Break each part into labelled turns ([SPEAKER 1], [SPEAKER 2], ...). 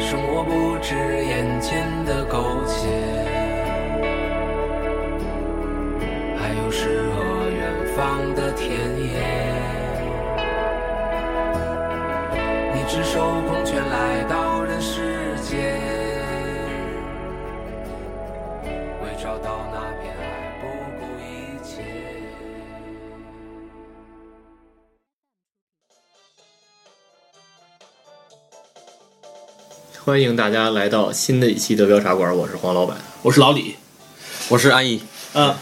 [SPEAKER 1] 生活不止眼前的苟且，还有诗和远方的田野。你赤手空拳来到人世间，为找到那片爱不顾一切。
[SPEAKER 2] 欢迎大家来到新的一期德标茶馆，我是黄老板。
[SPEAKER 3] 我是老李。
[SPEAKER 4] 我是安逸，
[SPEAKER 3] 嗯，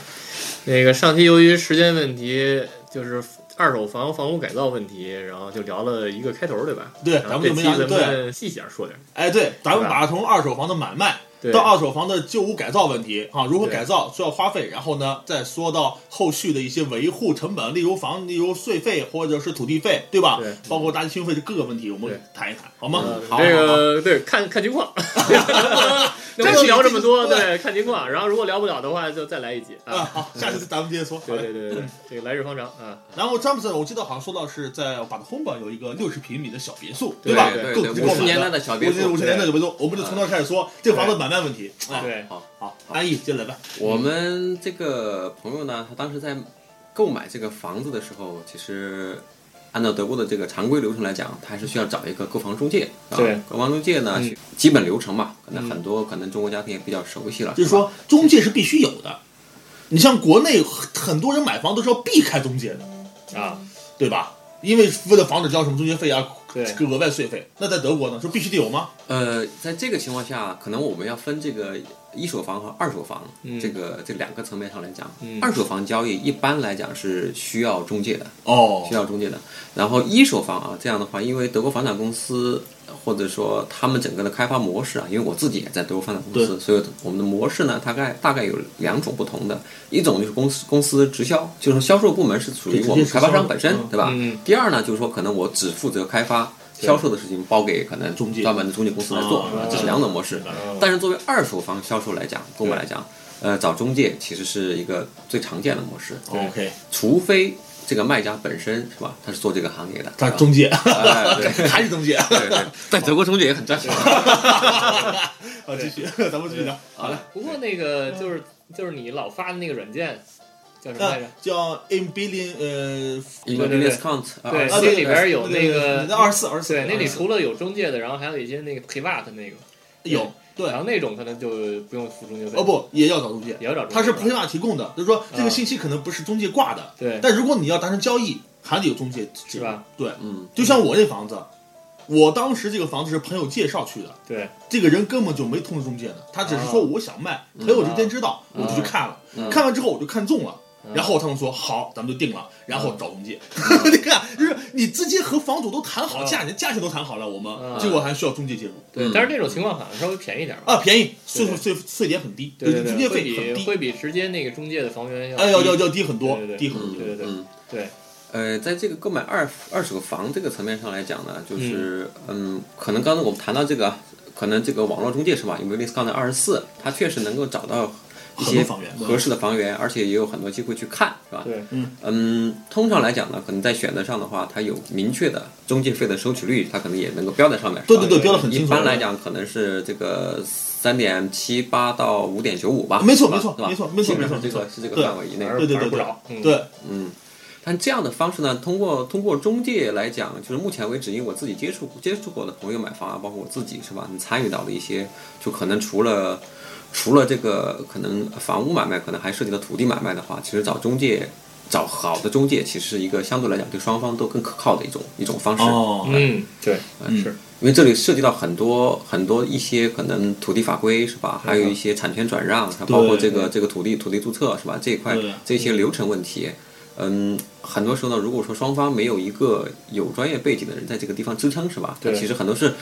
[SPEAKER 2] 那个上期由于时间问题，就是二手房房屋改造问题，然后就聊了一个开头，对吧？
[SPEAKER 3] 对，
[SPEAKER 2] 然
[SPEAKER 3] 咱
[SPEAKER 2] 后这
[SPEAKER 3] 们就没
[SPEAKER 2] 期
[SPEAKER 3] 想
[SPEAKER 2] 咱
[SPEAKER 3] 对，
[SPEAKER 2] 们细点说点。
[SPEAKER 3] 哎，对，咱
[SPEAKER 2] 是吧
[SPEAKER 3] 们把它从二手房的买卖
[SPEAKER 2] 对
[SPEAKER 3] 到二手房的旧屋改造问题啊，如何
[SPEAKER 2] 对
[SPEAKER 3] 改造需要花费，然后呢，再说到后续的一些维护成本，例如房，例如税费或者是土地费，对吧？
[SPEAKER 2] 对
[SPEAKER 3] 包括大家经费的各个问题，我
[SPEAKER 2] 对
[SPEAKER 3] 们谈一谈，好吗？好，
[SPEAKER 2] 这
[SPEAKER 3] 好好
[SPEAKER 2] 个对，看看情况，能不能 聊这么 多？
[SPEAKER 3] 这个
[SPEAKER 2] 对，看情况。然后如果聊不了的话，就再来一集
[SPEAKER 3] 啊，
[SPEAKER 2] 啊。
[SPEAKER 3] 好，下次咱们接着说。好
[SPEAKER 2] 对对
[SPEAKER 3] 嘞
[SPEAKER 2] 对 对，对，这个来日方长啊。
[SPEAKER 3] 然后詹姆斯，我记得好像说到是在巴德洪堡有一个六十平米的小别墅，
[SPEAKER 2] 对
[SPEAKER 3] 吧？
[SPEAKER 4] 对
[SPEAKER 3] 购
[SPEAKER 4] 对，
[SPEAKER 3] 购
[SPEAKER 4] 五
[SPEAKER 3] 买
[SPEAKER 4] 十年代的小别墅
[SPEAKER 3] 五，十年代的别墅，我们就从那儿开始说这房子买卖问题。哎，
[SPEAKER 2] 对，
[SPEAKER 3] 好，安逸接着来吧。
[SPEAKER 4] 我们这个朋友呢，他当时在购买这个房子的时候，其实按照德国的这个常规流程来讲，他还是需要找一个购房中介。啊
[SPEAKER 2] 对，
[SPEAKER 4] 购房中介呢，
[SPEAKER 2] 嗯
[SPEAKER 4] 基本流程嘛，可能很多可能中国家庭也比较熟悉了。
[SPEAKER 2] 嗯
[SPEAKER 3] 就是
[SPEAKER 4] 吧
[SPEAKER 3] 说中介是必须有的。你像国内很很多人买房都是要避开中介的，
[SPEAKER 4] 嗯
[SPEAKER 2] 啊，
[SPEAKER 3] 对吧？因为为了防止交什么中介费啊，
[SPEAKER 2] 对
[SPEAKER 3] 这个额外税费。那在德国呢，是必须得有吗？
[SPEAKER 4] 呃，在这个情况下，可能我们要分这个一手房和二手房、
[SPEAKER 2] 嗯
[SPEAKER 4] 这个这两个层面上来讲。
[SPEAKER 2] 嗯
[SPEAKER 4] 二手房交易一般来讲是需要中介的，
[SPEAKER 3] 哦
[SPEAKER 4] 需，要中介的。然后一手房啊，这样的话，因为德国房产公司或者说他们整个的开发模式啊，因为我自己也在德国房产公司，所以我们的模式呢，大概大概有两种不同的，一种就是公司公司直销，就是销售部门是属于我们开发商本身
[SPEAKER 3] 对直接直销的，
[SPEAKER 4] 对吧？
[SPEAKER 2] 嗯
[SPEAKER 4] 第二呢，就是说可能我只负责开发。销售的事情包给可能
[SPEAKER 3] 中介哦
[SPEAKER 4] 专门的中介公司来做
[SPEAKER 3] 啊，
[SPEAKER 4] 这是两种模式。但是作为二手房销售来讲，购买来讲，呃，找中介其实是一个最常见的模式。
[SPEAKER 3] 哦 OK，
[SPEAKER 4] 除非这个卖家本身是吧，他是做这个行业的，
[SPEAKER 3] 但中介
[SPEAKER 4] 哎 对
[SPEAKER 3] 还是中介。
[SPEAKER 4] 对 对，在德国中介也很赚钱。
[SPEAKER 3] 啊，继续，咱们继续聊。
[SPEAKER 4] 好了，
[SPEAKER 2] 不过那个就是就是你老发的那个软件叫什么来
[SPEAKER 3] 那
[SPEAKER 2] 着？
[SPEAKER 3] 叫 in billion，呃，
[SPEAKER 4] 一个
[SPEAKER 2] 对对对
[SPEAKER 4] discount，
[SPEAKER 2] 对
[SPEAKER 3] 啊
[SPEAKER 2] 那里边有
[SPEAKER 3] 那
[SPEAKER 2] 那个
[SPEAKER 3] 那二十四，二十四，
[SPEAKER 2] 对，那里
[SPEAKER 3] 24
[SPEAKER 2] 除了有中介的，然后还有一些那个 privat 那个，
[SPEAKER 3] 有对
[SPEAKER 2] 然，后那种可能就不用付中介费。
[SPEAKER 3] 哦，不，也要找中介，
[SPEAKER 2] 也要找中介
[SPEAKER 3] 它是 p r i v a 提供的，就是说这
[SPEAKER 2] 啊
[SPEAKER 3] 个信息可能不是中介挂的，
[SPEAKER 2] 对
[SPEAKER 3] 但如果你要达成交易，还得有中介，
[SPEAKER 2] 是吧？
[SPEAKER 3] 对，
[SPEAKER 4] 嗯，
[SPEAKER 3] 就像我这房子，我当时这个房子是朋友介绍去的，
[SPEAKER 2] 对，啊
[SPEAKER 3] 这个人根本就没通知中介的，他只是说我想卖，朋友之间知道，
[SPEAKER 2] 嗯
[SPEAKER 3] 我就去看了，
[SPEAKER 4] 啊嗯
[SPEAKER 3] 看完之后我就看中了。
[SPEAKER 2] 嗯
[SPEAKER 3] 然后他们说好，咱们就定了，然后找中介。 你看，就是你直接和房主都谈好
[SPEAKER 2] 嗯
[SPEAKER 3] 价，你的价钱都谈好了，我
[SPEAKER 2] 嗯
[SPEAKER 3] 们结果还需要中介介入
[SPEAKER 2] 对，
[SPEAKER 4] 嗯
[SPEAKER 2] 但是这种情况好像稍微便宜点儿吧。
[SPEAKER 3] 啊，便宜，税
[SPEAKER 2] 对
[SPEAKER 3] 税税点很低，
[SPEAKER 2] 对
[SPEAKER 3] 就
[SPEAKER 2] 对
[SPEAKER 3] 是中
[SPEAKER 2] 对，
[SPEAKER 3] 介
[SPEAKER 2] 会
[SPEAKER 3] 费
[SPEAKER 2] 比
[SPEAKER 3] 很
[SPEAKER 2] 会
[SPEAKER 3] 低，
[SPEAKER 2] 比直接那个中介的房源要
[SPEAKER 3] 哎，要要
[SPEAKER 2] 低
[SPEAKER 3] 要低很多
[SPEAKER 2] 对对，对
[SPEAKER 3] 低很多。
[SPEAKER 2] 对对对
[SPEAKER 4] 嗯，
[SPEAKER 2] 对
[SPEAKER 4] 呃，在这个购买二二手房这个层面上来讲呢，就是嗯，可能刚才我们谈到这个，可能这个网络中介是吧？有没有 discount 二十四？它确实能够找到
[SPEAKER 3] 很
[SPEAKER 4] 一
[SPEAKER 3] 多
[SPEAKER 4] 些
[SPEAKER 3] 房源
[SPEAKER 4] 合适的房源，而且也有很多机会去看，是吧？
[SPEAKER 2] 对
[SPEAKER 4] 嗯，通常来讲呢，可能在选择上的话，它有明确的中介费的收取率，它可能也能够标在上面。是
[SPEAKER 3] 对
[SPEAKER 4] 吧
[SPEAKER 3] 对对，标的很
[SPEAKER 4] 一
[SPEAKER 3] 清楚。
[SPEAKER 4] 般来讲，可能是这个三点七八到五点九五吧。
[SPEAKER 3] 啊没错
[SPEAKER 4] 是
[SPEAKER 3] 没
[SPEAKER 4] 吧
[SPEAKER 3] 错
[SPEAKER 4] 对吧
[SPEAKER 3] 没错没错
[SPEAKER 4] 基本上
[SPEAKER 3] 没
[SPEAKER 4] 这
[SPEAKER 3] 错
[SPEAKER 4] 个是这个
[SPEAKER 3] 对
[SPEAKER 4] 范围以内。
[SPEAKER 2] 反而
[SPEAKER 3] 对对
[SPEAKER 2] 反而
[SPEAKER 3] 对
[SPEAKER 2] 不少。嗯，
[SPEAKER 3] 对，
[SPEAKER 4] 嗯，但这样的方式呢，通过通过中介来讲，就是目前为止，因为我自己接触接触过的朋友买房啊，包括我自己是吧，你参与到的一些，就可能除了除了这个可能房屋买卖，可能还涉及到土地买卖的话，其实找中介。找好的中介其实是一个相对来讲对双方都更可靠的一种一种方式，
[SPEAKER 3] 哦，
[SPEAKER 2] 嗯，对，是
[SPEAKER 4] 因为这里涉及到很多很多一些可能土地法规是吧，还有一些产权转让，还包括这个这个土地土地注册是吧这一块
[SPEAKER 3] 对
[SPEAKER 4] 这些流程问题。嗯，很多时候呢，如果说双方没有一个有专业背景的人在这个地方支撑，是吧？
[SPEAKER 2] 对
[SPEAKER 4] 其实很多是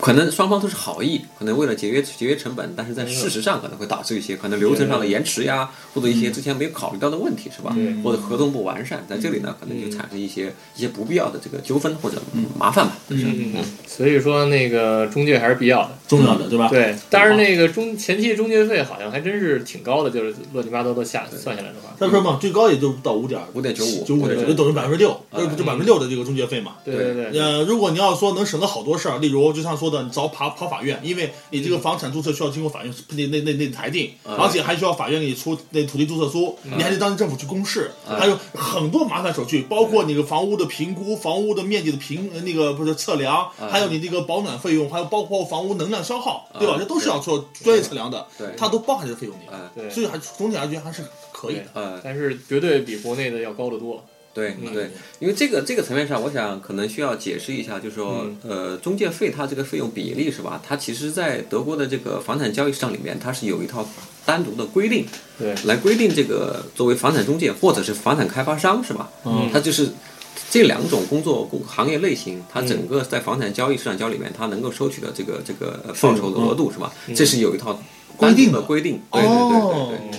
[SPEAKER 4] 可能双方都是好意，可能为了节约节约成本，但是在事实上可能会导致一些可能流程上的延迟呀，或者一些之前没有考虑到的问题，是吧？或者合同不完善，在这里呢，可能就产生一些一些不必要的这个纠纷或者麻烦吧。
[SPEAKER 5] 嗯
[SPEAKER 4] 就是
[SPEAKER 2] 嗯所以说那个中介还是必要的。
[SPEAKER 3] 重要的对吧？
[SPEAKER 2] 对，但是那个中前期中介费好像还真是挺高的，就是乱七八糟的下算下来的话，
[SPEAKER 3] 再说嘛，最高也就到五点五
[SPEAKER 4] 5.95
[SPEAKER 3] 九五
[SPEAKER 4] 对嗯
[SPEAKER 3] 就等于百分之六，呃，就百分之六的这个中介费嘛。
[SPEAKER 2] 对对对，
[SPEAKER 3] 呃，如果你要说能省了好多事儿，例如就像说的，你早跑跑法院，因为你这个房产注册需要经过法院那那那那裁定，而且还需要法院给你出那土地注册书，你还得当地政府去公示，还有很多麻烦手续，包括你的房屋的评估、房屋的面积的评呃那个不是测量，还有你这个保暖费用，还有包括房屋能量消耗，对吧？这都是要做专业测量的
[SPEAKER 4] 对，
[SPEAKER 3] 它都包含这个费用里，
[SPEAKER 4] 呃，
[SPEAKER 2] 对
[SPEAKER 3] 所以还总体而言还是可以的。
[SPEAKER 4] 呃，
[SPEAKER 2] 但是绝对比国内的要高得多。
[SPEAKER 4] 对
[SPEAKER 2] 嗯
[SPEAKER 4] 对，因为这个这个层面上，我想可能需要解释一下，就是说，呃，中介费它这个费用比例是吧？它其实，在德国的这个房产交易市场里面，它是有一套单独的规定，
[SPEAKER 2] 对
[SPEAKER 4] 来规定这个作为房产中介或者是房产开发商是吧？嗯，它就是这两种工作工行业类型，它整个在房产交易市场交易里面，它能够收取的这个这个呃报酬的额度是吧？这是有一套
[SPEAKER 3] 规
[SPEAKER 4] 单
[SPEAKER 3] 定
[SPEAKER 4] 独
[SPEAKER 3] 的
[SPEAKER 4] 的规定，对对对对对。
[SPEAKER 3] 哦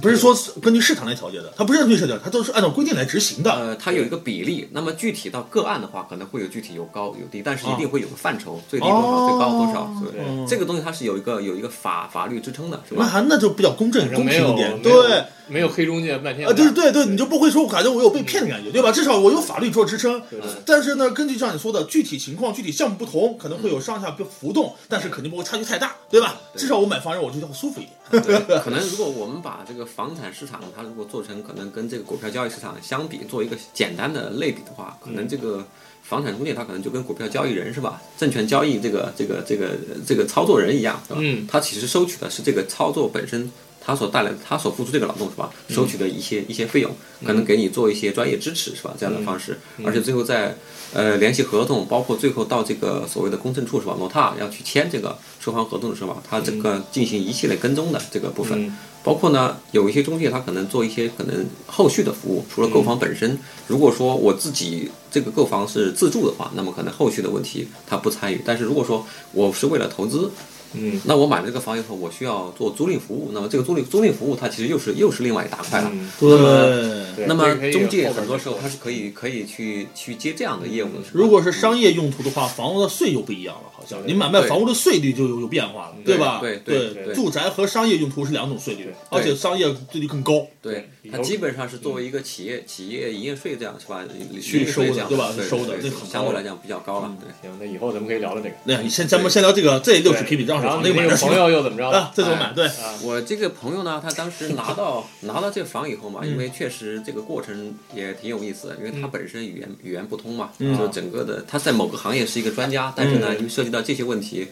[SPEAKER 3] 不是说是根据市场来调节的，它不是根据市场调节，它都是按照规定来执行的。
[SPEAKER 4] 呃，它有一个比例，那么具体到个案的话，可能会有具体有高有低，但是一定会有个范畴，最低多少，最高多少。对，这个东西它是有一个有一个法法律支撑的，是
[SPEAKER 3] 那
[SPEAKER 4] 吧？
[SPEAKER 3] 还那就比较公正、
[SPEAKER 2] 反正
[SPEAKER 3] 公
[SPEAKER 2] 没
[SPEAKER 3] 平
[SPEAKER 2] 有
[SPEAKER 3] 一点，
[SPEAKER 2] 没
[SPEAKER 3] 对
[SPEAKER 2] 有，没有黑中介半天
[SPEAKER 3] 啊，对对对，你就不会说感觉我
[SPEAKER 2] 嗯
[SPEAKER 3] 有被骗的感觉，对吧？至少我有法律做支撑。但是呢，根据像你说的具体情况、具体项目不同，可能会
[SPEAKER 2] 嗯
[SPEAKER 3] 有上下浮动，但是肯定不会差距太大，对吧？至少我买房人我觉得会舒服一点。
[SPEAKER 4] 对，可能如果我们把这个房产市场，它如果做成可能跟这个股票交易市场相比，做一个简单的类比的话，可能这个房产中介他可能就跟股票交易人是吧，证券交易这个这个这个这个操作人一样，是吧？
[SPEAKER 2] 嗯，
[SPEAKER 4] 他其实收取的是这个操作本身。他所带来的，他所付出这个劳动是吧？收取的一些一些费用，可能给你做一些专业支持是吧？这样的方式，而且最后在呃联系合同，包括最后到这个所谓的公证处是吧？某塔要去签这个售房合同的时候啊，他这个进行一系列跟踪的这个部分，
[SPEAKER 2] 嗯
[SPEAKER 4] 包括呢有一些中介他可能做一些可能后续的服务，除了购房本身，如果说我自己这个购房是自住的话，那么可能后续的问题他不参与，但是如果说我是为了投资，
[SPEAKER 2] 嗯
[SPEAKER 4] 那我买了这个房以后，我需要做租赁服务，那么这个租赁租赁服务它其实又是又是另外一大块了。
[SPEAKER 2] 嗯，
[SPEAKER 4] 那么
[SPEAKER 2] 对
[SPEAKER 4] 那么
[SPEAKER 2] 这个可以
[SPEAKER 4] 中介
[SPEAKER 2] 后边
[SPEAKER 4] 很多
[SPEAKER 2] 再
[SPEAKER 4] 时候
[SPEAKER 2] 说
[SPEAKER 4] 它是可以可以去去接这样的业务的。是吧
[SPEAKER 3] 如果是商业用途的话，房屋的税又不一样了，好像
[SPEAKER 2] 对
[SPEAKER 3] 你买卖
[SPEAKER 4] 对
[SPEAKER 3] 房屋的税率就有有变化了，
[SPEAKER 4] 对
[SPEAKER 3] 吧？
[SPEAKER 4] 对
[SPEAKER 3] 对
[SPEAKER 4] 对对
[SPEAKER 3] 住宅和商业用途是两种税率，
[SPEAKER 2] 对
[SPEAKER 3] 而且商业税率更高。
[SPEAKER 4] 对
[SPEAKER 2] 以，
[SPEAKER 4] 它
[SPEAKER 2] 后
[SPEAKER 4] 基本上是作为一个企业企业营业税这样是吧？
[SPEAKER 3] 嗯去
[SPEAKER 4] 去
[SPEAKER 3] 收的对
[SPEAKER 4] 对
[SPEAKER 3] 吧收的
[SPEAKER 4] 对
[SPEAKER 3] 那很
[SPEAKER 4] 相
[SPEAKER 3] 高了嗯
[SPEAKER 4] 对来讲比较高了。对，
[SPEAKER 2] 行，那以后咱们可以聊聊这个。
[SPEAKER 3] 那你先咱们先聊这个这六十
[SPEAKER 2] 对
[SPEAKER 3] 平米让
[SPEAKER 2] 然
[SPEAKER 3] 手
[SPEAKER 2] 后
[SPEAKER 3] 那
[SPEAKER 2] 你
[SPEAKER 3] 个买
[SPEAKER 2] 那
[SPEAKER 3] 的
[SPEAKER 2] 个
[SPEAKER 3] 时候
[SPEAKER 2] 朋友又怎么着
[SPEAKER 3] 啊
[SPEAKER 2] 了，？
[SPEAKER 3] 这怎么买？对，
[SPEAKER 2] 啊，
[SPEAKER 4] 我这个朋友呢，他当时拿到拿到这房以后嘛，因为
[SPEAKER 3] 嗯
[SPEAKER 4] 确实这个过程也挺有意思的，因为他本身语言语言不通嘛，
[SPEAKER 3] 嗯
[SPEAKER 4] 就整个的他在某个行业是一个专家，但是呢，因为涉及到这些问题，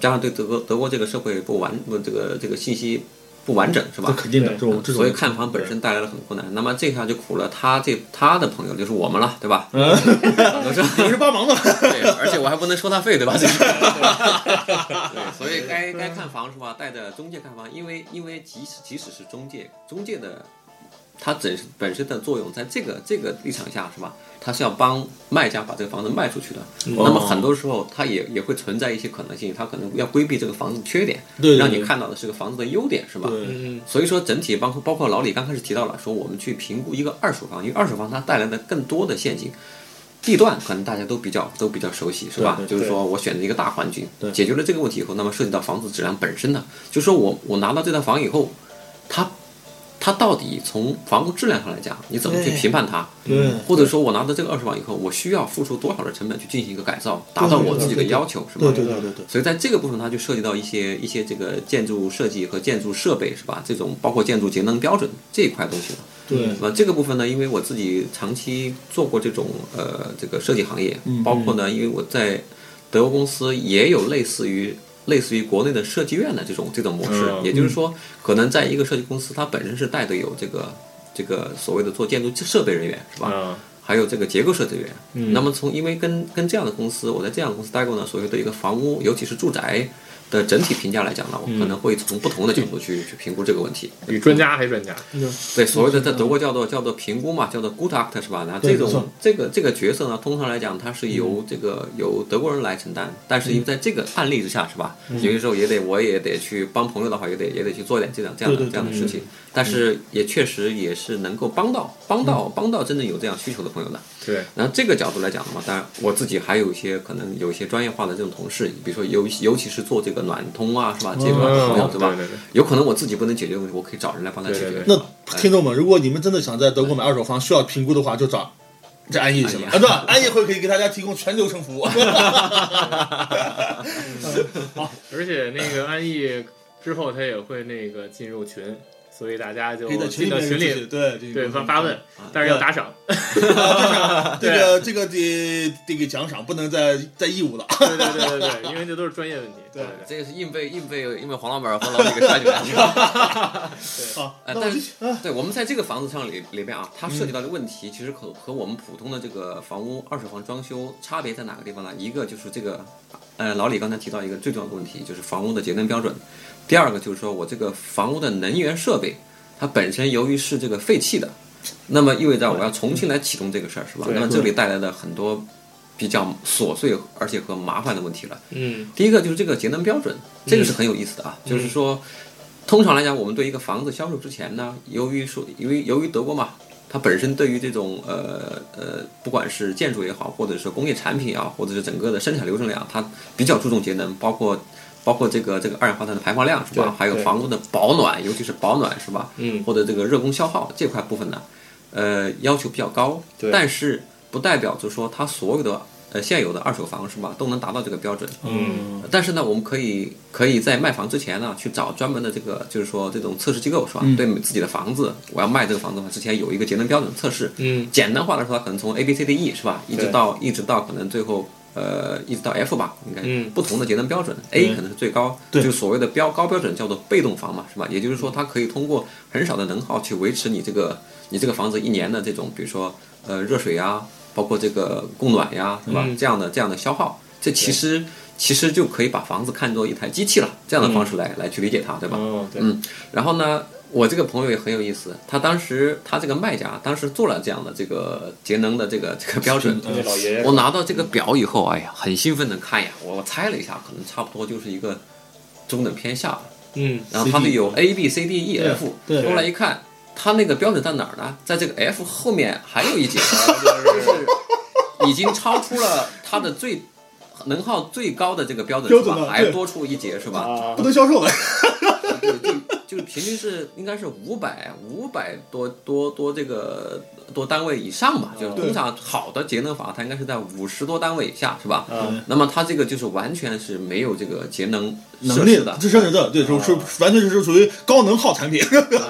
[SPEAKER 4] 加上对德国德国这个社会不完不这个这个信息不完整是吧
[SPEAKER 3] 这？肯定的，
[SPEAKER 2] 对
[SPEAKER 3] 这种这种
[SPEAKER 4] 所以看房本身带来了很困难，那么这下就苦了他这他的朋友就是我们了，对吧？我说
[SPEAKER 3] 也是帮忙嘛。
[SPEAKER 4] 对，而且我还不能收他费，对吧？这个 对，所以该该看房是吧？带着中介看房，因为因为即使即使是中介，中介的它本身本身的作用，在这个这个立场下是吧？它是要帮卖家把这个房子卖出去的。那么很多时候，它也也会存在一些可能性，它可能要规避这个房子的缺点，
[SPEAKER 3] 对对
[SPEAKER 4] 让你
[SPEAKER 3] 对
[SPEAKER 4] 看到的是个房子的优点，是吧？
[SPEAKER 3] 对
[SPEAKER 2] 嗯
[SPEAKER 4] 所以说整体包括包括老李刚开始提到了，说我们去评估一个二手房，因为二手房它带来的更多的陷阱。地段可能大家都比较都比较熟悉，是吧？
[SPEAKER 3] 对对
[SPEAKER 4] 就是说我选择一个大环境
[SPEAKER 3] 对，
[SPEAKER 4] 解决了这个问题以后，那么涉及到房子质量本身呢，就说我我拿到这套房以后，它它到底从房屋质量上来讲，你怎么去
[SPEAKER 3] 对
[SPEAKER 4] 评判它？
[SPEAKER 3] 对
[SPEAKER 4] 或者说我拿到这个二手房以后，我需要付出多少的成本去进行一个改造，达到我自己的要求，是吧？
[SPEAKER 3] 对对对对对。
[SPEAKER 4] 所以在这个部分，它就涉及到一些一些这个建筑设计和建筑设备是吧？这种包括建筑节能标准这一块东西了。
[SPEAKER 3] 对
[SPEAKER 4] 那这个部分呢，因为我自己长期做过这种呃这个设计行业，
[SPEAKER 3] 嗯
[SPEAKER 4] 包括呢，因为我在德国公司也有类似于类似于国内的设计院的这种这种模式，
[SPEAKER 2] 嗯
[SPEAKER 4] 也就是说，可能在一个设计公司，它本身是带的有这个这个所谓的做建筑设备人员是吧？
[SPEAKER 2] 啊，
[SPEAKER 4] 还有这个结构设计员。
[SPEAKER 3] 嗯
[SPEAKER 4] 那么从因为跟跟这样的公司，我在这样的公司待过呢，所谓的一个房屋，尤其是住宅，的整体评价来讲呢，
[SPEAKER 3] 嗯
[SPEAKER 4] 我可能会从不同的角度去、去评估这个问题。
[SPEAKER 5] 与专家还专家，
[SPEAKER 4] 对，所谓的在德国叫做叫做评估嘛，叫做 Gutachter 是吧？那
[SPEAKER 3] 嗯对
[SPEAKER 4] 这
[SPEAKER 3] 没错嗯
[SPEAKER 4] 种这个这个角色呢，通常来讲，它是由这个由德国人来承担，但是因为在这个案例之下是吧？
[SPEAKER 3] 嗯
[SPEAKER 4] 有些时候也得我也得去帮朋友的话，也得也得去做点这样这样
[SPEAKER 3] 对
[SPEAKER 4] 的
[SPEAKER 3] 对对
[SPEAKER 4] 这样的事情，但是也确实也是能够帮到帮
[SPEAKER 3] 嗯
[SPEAKER 4] 到帮到真正有这样需求的朋友的。
[SPEAKER 5] 对，
[SPEAKER 4] 然后这个角度来讲的话，当然我自己还有一些可能有一些专业化的这种同事，比如说尤尤其是做这个暖通啊，是吧？这个朋友
[SPEAKER 5] 嗯
[SPEAKER 4] 对吧
[SPEAKER 5] 对对对？
[SPEAKER 4] 有可能我自己不能解决的问题，我可以找人来帮他解决
[SPEAKER 5] 对对。
[SPEAKER 3] 那听众们，如果你们真的想在德国买二手房，需要评估的话，就找这安逸行了啊，对吧？安逸会可以给大家提供全流程服务。
[SPEAKER 5] 而且那个安逸之后他也会那个进入群，所以大家 就
[SPEAKER 3] 可以在
[SPEAKER 5] 进
[SPEAKER 3] 群里
[SPEAKER 5] 到
[SPEAKER 3] 面
[SPEAKER 5] 群
[SPEAKER 3] 就是
[SPEAKER 5] 里
[SPEAKER 3] 对这个
[SPEAKER 5] 对
[SPEAKER 3] 沟
[SPEAKER 5] 发
[SPEAKER 3] 通
[SPEAKER 5] 发问，
[SPEAKER 3] 啊
[SPEAKER 5] 但是要打赏，
[SPEAKER 3] 这个这个得得给奖赏，不能再再义务了。
[SPEAKER 5] 对对对对对，因为这都是专业问题，对对
[SPEAKER 4] 这个是硬被硬被硬被黄老板和老李给拽进来的。
[SPEAKER 3] 好，
[SPEAKER 4] 哎
[SPEAKER 3] 那我
[SPEAKER 4] 但
[SPEAKER 3] 就是啊
[SPEAKER 4] 对，我们在这个房子上里里边啊，它涉及到的问题，其实和和我们普通的这个房屋二手房装修差别在哪个地方呢？一个就是这个，呃，老李刚才提到一个最重要的问题，就是房屋的节能标准；第二个就是说我这个房屋的能源设备，它本身由于是这个废弃的，那么意味着我要重新来启动这个事儿，是吧？
[SPEAKER 5] 对
[SPEAKER 4] 那么这里带来的很多比较琐碎而且和麻烦的问题了。
[SPEAKER 5] 嗯
[SPEAKER 4] 第一个就是这个节能标准，这个是很有意思的啊，就是说，通常来讲，我们对一个房子销售之前呢，由于说，由于由于德国嘛，它本身对于这种呃呃，不管是建筑也好，或者是工业产品啊，或者是整个的生产流程量，它比较注重节能，包括。包括这个这个二氧化碳的排放量是吧？
[SPEAKER 5] 对
[SPEAKER 4] 还有
[SPEAKER 5] 对
[SPEAKER 4] 房屋的保暖，尤其是保暖是吧？
[SPEAKER 5] 嗯
[SPEAKER 4] 或者这个热功消耗这块部分呢，呃，要求比较高，
[SPEAKER 5] 对
[SPEAKER 4] 但是不代表着说它所有的呃现有的二手房是吧，都能达到这个标准。
[SPEAKER 5] 嗯
[SPEAKER 4] 但是呢，我们可以可以在卖房之前呢，去找专门的这个，就是说这种测试机构是吧？
[SPEAKER 5] 嗯
[SPEAKER 4] 对自己的房子，我要卖这个房子的话，之前有一个节能标准测试。
[SPEAKER 5] 嗯，
[SPEAKER 4] 简单化的说，可能从 A、B、C、D、E 是吧，一直
[SPEAKER 5] 对
[SPEAKER 4] 到一直到可能最后呃一直到 F 吧，应该、
[SPEAKER 5] 嗯
[SPEAKER 4] 不同的节能标准，A 可能是最高，
[SPEAKER 3] 对
[SPEAKER 4] 就所谓的标高标准叫做被动房嘛，是吧？也就是说，它可以通过很少的能耗去维持你这个你这个房子一年的这种，比如说呃热水呀，包括这个供暖呀，是吧？
[SPEAKER 5] 嗯
[SPEAKER 4] 这样的这样的消耗，这其实其实就可以把房子看作一台机器了，这样的方式来、来去理解它，对吧？
[SPEAKER 5] 哦对，
[SPEAKER 4] 嗯，然后呢，我这个朋友也很有意思，他当时他这个卖家当时做了这样的这个节能的这个这个标准，
[SPEAKER 5] 那老爷爷
[SPEAKER 4] 我拿到这个表以后，哎呀，很兴奋的看呀，我猜了一下，可能差不多就是一个中等偏下吧。
[SPEAKER 5] 嗯
[SPEAKER 4] 然后它是有 A B C D E
[SPEAKER 3] 对
[SPEAKER 4] F，
[SPEAKER 3] 对
[SPEAKER 4] 后来一看，它那个标准在哪儿呢？在这个 F 后面还有一节，
[SPEAKER 5] 就是
[SPEAKER 4] 已经超出了它的最能耗最高的这个标准
[SPEAKER 3] 标
[SPEAKER 4] 是
[SPEAKER 3] 准
[SPEAKER 4] 吧？
[SPEAKER 3] 了
[SPEAKER 4] 还
[SPEAKER 3] 对
[SPEAKER 4] 多出一节是吧？
[SPEAKER 5] 啊
[SPEAKER 3] 不能销售了。
[SPEAKER 4] 对，就就是平均是应该是五百五百多多多这个多单位以上吧，就是通常好的节能法它应该是在五十多单位以下是吧？
[SPEAKER 5] 啊
[SPEAKER 4] 那么它这个就是完全是没有这个节能
[SPEAKER 3] 能
[SPEAKER 4] 设
[SPEAKER 3] 力
[SPEAKER 4] 施的。
[SPEAKER 3] 这是的，对，就是完全是属于高能耗产品，